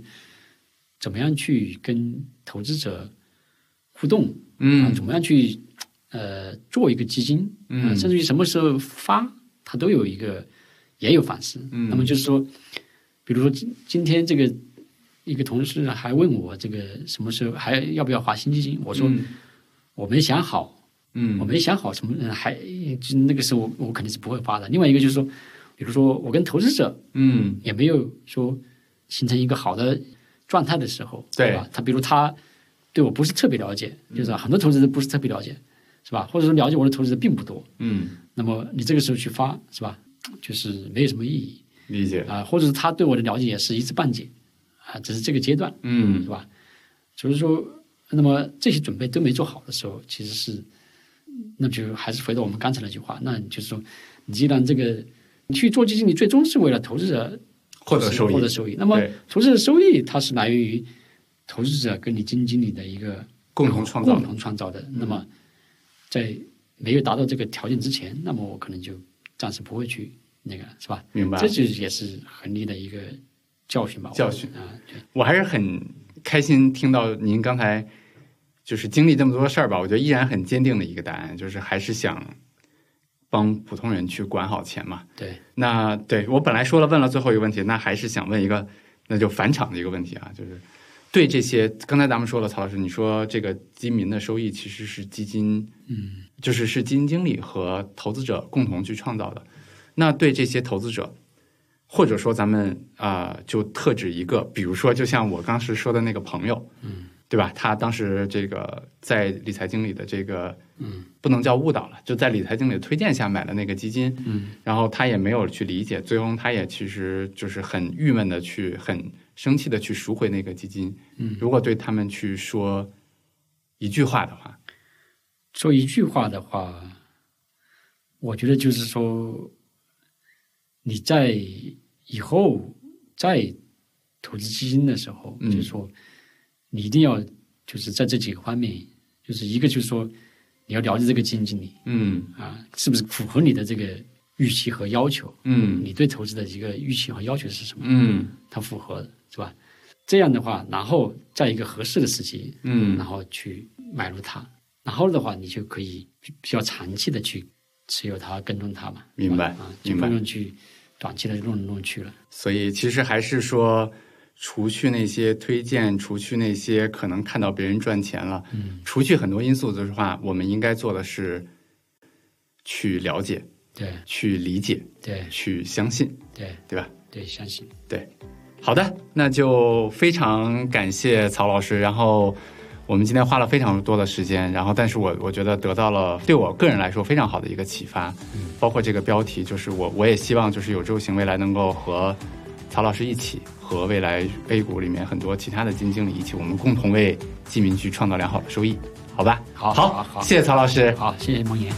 Speaker 2: 怎么样去跟投资者互动，啊，
Speaker 1: 嗯
Speaker 2: 怎么样去呃做一个基金，
Speaker 1: 嗯
Speaker 2: 啊甚至于什么时候发，它都有一个也有反思。
Speaker 1: 嗯
Speaker 2: 那么就是说，比如说今今天这个一个同事还问我这个什么时候还要不要划新基金，我说
Speaker 1: 嗯
Speaker 2: 我没想好，
Speaker 1: 嗯，
Speaker 2: 我没想好什么呃还就那个时候我我肯定是不会发的。另外一个就是说，比如说我跟投资者
Speaker 1: 嗯。
Speaker 2: 也没有说形成一个好的状态的时候，
Speaker 1: 对嗯
Speaker 2: 吧？他比如他对我不是特别了解，就是很多投资者不是特别了解，是吧？或者说了解我的投资者并不多，
Speaker 1: 嗯，
Speaker 2: 那么你这个时候去发，是吧？就是没有什么意义
Speaker 1: 理解。
Speaker 2: 啊、或者是他对我的了解也是一知半解啊、只是这个阶段，
Speaker 1: 嗯
Speaker 2: 是吧？所以说，那么这些准备都没做好的时候，其实是，那就还是回到我们刚才那句话，那你就是说，你既然这个你去做基金，你最终是为了投资者
Speaker 1: 获得收益
Speaker 2: 获得收益。那么
Speaker 1: 对
Speaker 2: 投资者收益它是来源于投资者跟你基金经理的一个
Speaker 1: 共同创造嗯
Speaker 2: 共同创造的。那么在没有达到这个条件之前，那么我可能就暂时不会去那个了，是吧？
Speaker 1: 明白
Speaker 2: 这啊就也是恒利的一个教训吧。我
Speaker 1: 教训
Speaker 2: 啊，对。
Speaker 1: 我还是很开心听到您刚才就是经历这么多事儿吧，我觉得依然很坚定的一个答案，就是还是想帮普通人去管好钱嘛。
Speaker 2: 对，
Speaker 1: 那对我本来说了问了最后一个问题，那还是想问一个，那就返场的一个问题啊，就是对这些刚才咱们说了，曹老师，你说这个基民的收益其实是基金，嗯，就是是基金经理和投资者共同去创造的。那对这些投资者，或者说咱们啊、呃就特指一个，比如说，就像我当时说的那个朋友，嗯，对吧？他当时这个在理财经理的这个，嗯，不能叫误导了，就在理财经理的推荐下买了那个基金，嗯，然后他也没有去理解，最终他也其实就是很郁闷的去，很生气的去赎回那个基金。嗯，如果对他们去说一句话的话，
Speaker 2: 说一句话的话，我觉得就是说，你在以后再投资基金的时候，
Speaker 1: 嗯
Speaker 2: 就是说，你一定要就是在这几个方面，就是一个就是说，你要了解这个基金经理
Speaker 1: 嗯
Speaker 2: 啊，是不是符合你的这个预期和要求？
Speaker 1: 嗯
Speaker 2: 你对投资的一个预期和要求是什么？
Speaker 1: 嗯
Speaker 2: 它符合是吧？这样的话，然后在一个合适的时机，然
Speaker 1: 嗯
Speaker 2: 后去买入它，然后的话，你就可以比比较长期的去持有它、跟踪它嘛。
Speaker 1: 明白
Speaker 2: 啊，就
Speaker 1: 明
Speaker 2: 不
Speaker 1: 白
Speaker 2: 用去短期的弄来弄去了。
Speaker 1: 所以其实还是说，除去那些推荐，除去那些可能看到别人赚钱了，
Speaker 2: 嗯，
Speaker 1: 除去很多因素的话，我们应该做的是去了解、
Speaker 2: 对
Speaker 1: 去理解、
Speaker 2: 对
Speaker 1: 去相信，
Speaker 2: 对
Speaker 1: 对吧？
Speaker 2: 对，相信。
Speaker 1: 好的，那就非常感谢曹老师。然后我们今天花了非常多的时间，然后但是我我觉得得到了对我个人来说非常好的一个启发，
Speaker 2: 嗯
Speaker 1: 包括这个标题，就是我我也希望就是有周行未来能够和曹老师一起，和未来 A 股里面很多其他的基金经理一起，我们共同为基民去创造良好的收益，好吧？
Speaker 2: 好好
Speaker 1: 好，
Speaker 2: 好
Speaker 1: 谢谢曹老师，
Speaker 2: 好，谢谢梦妍。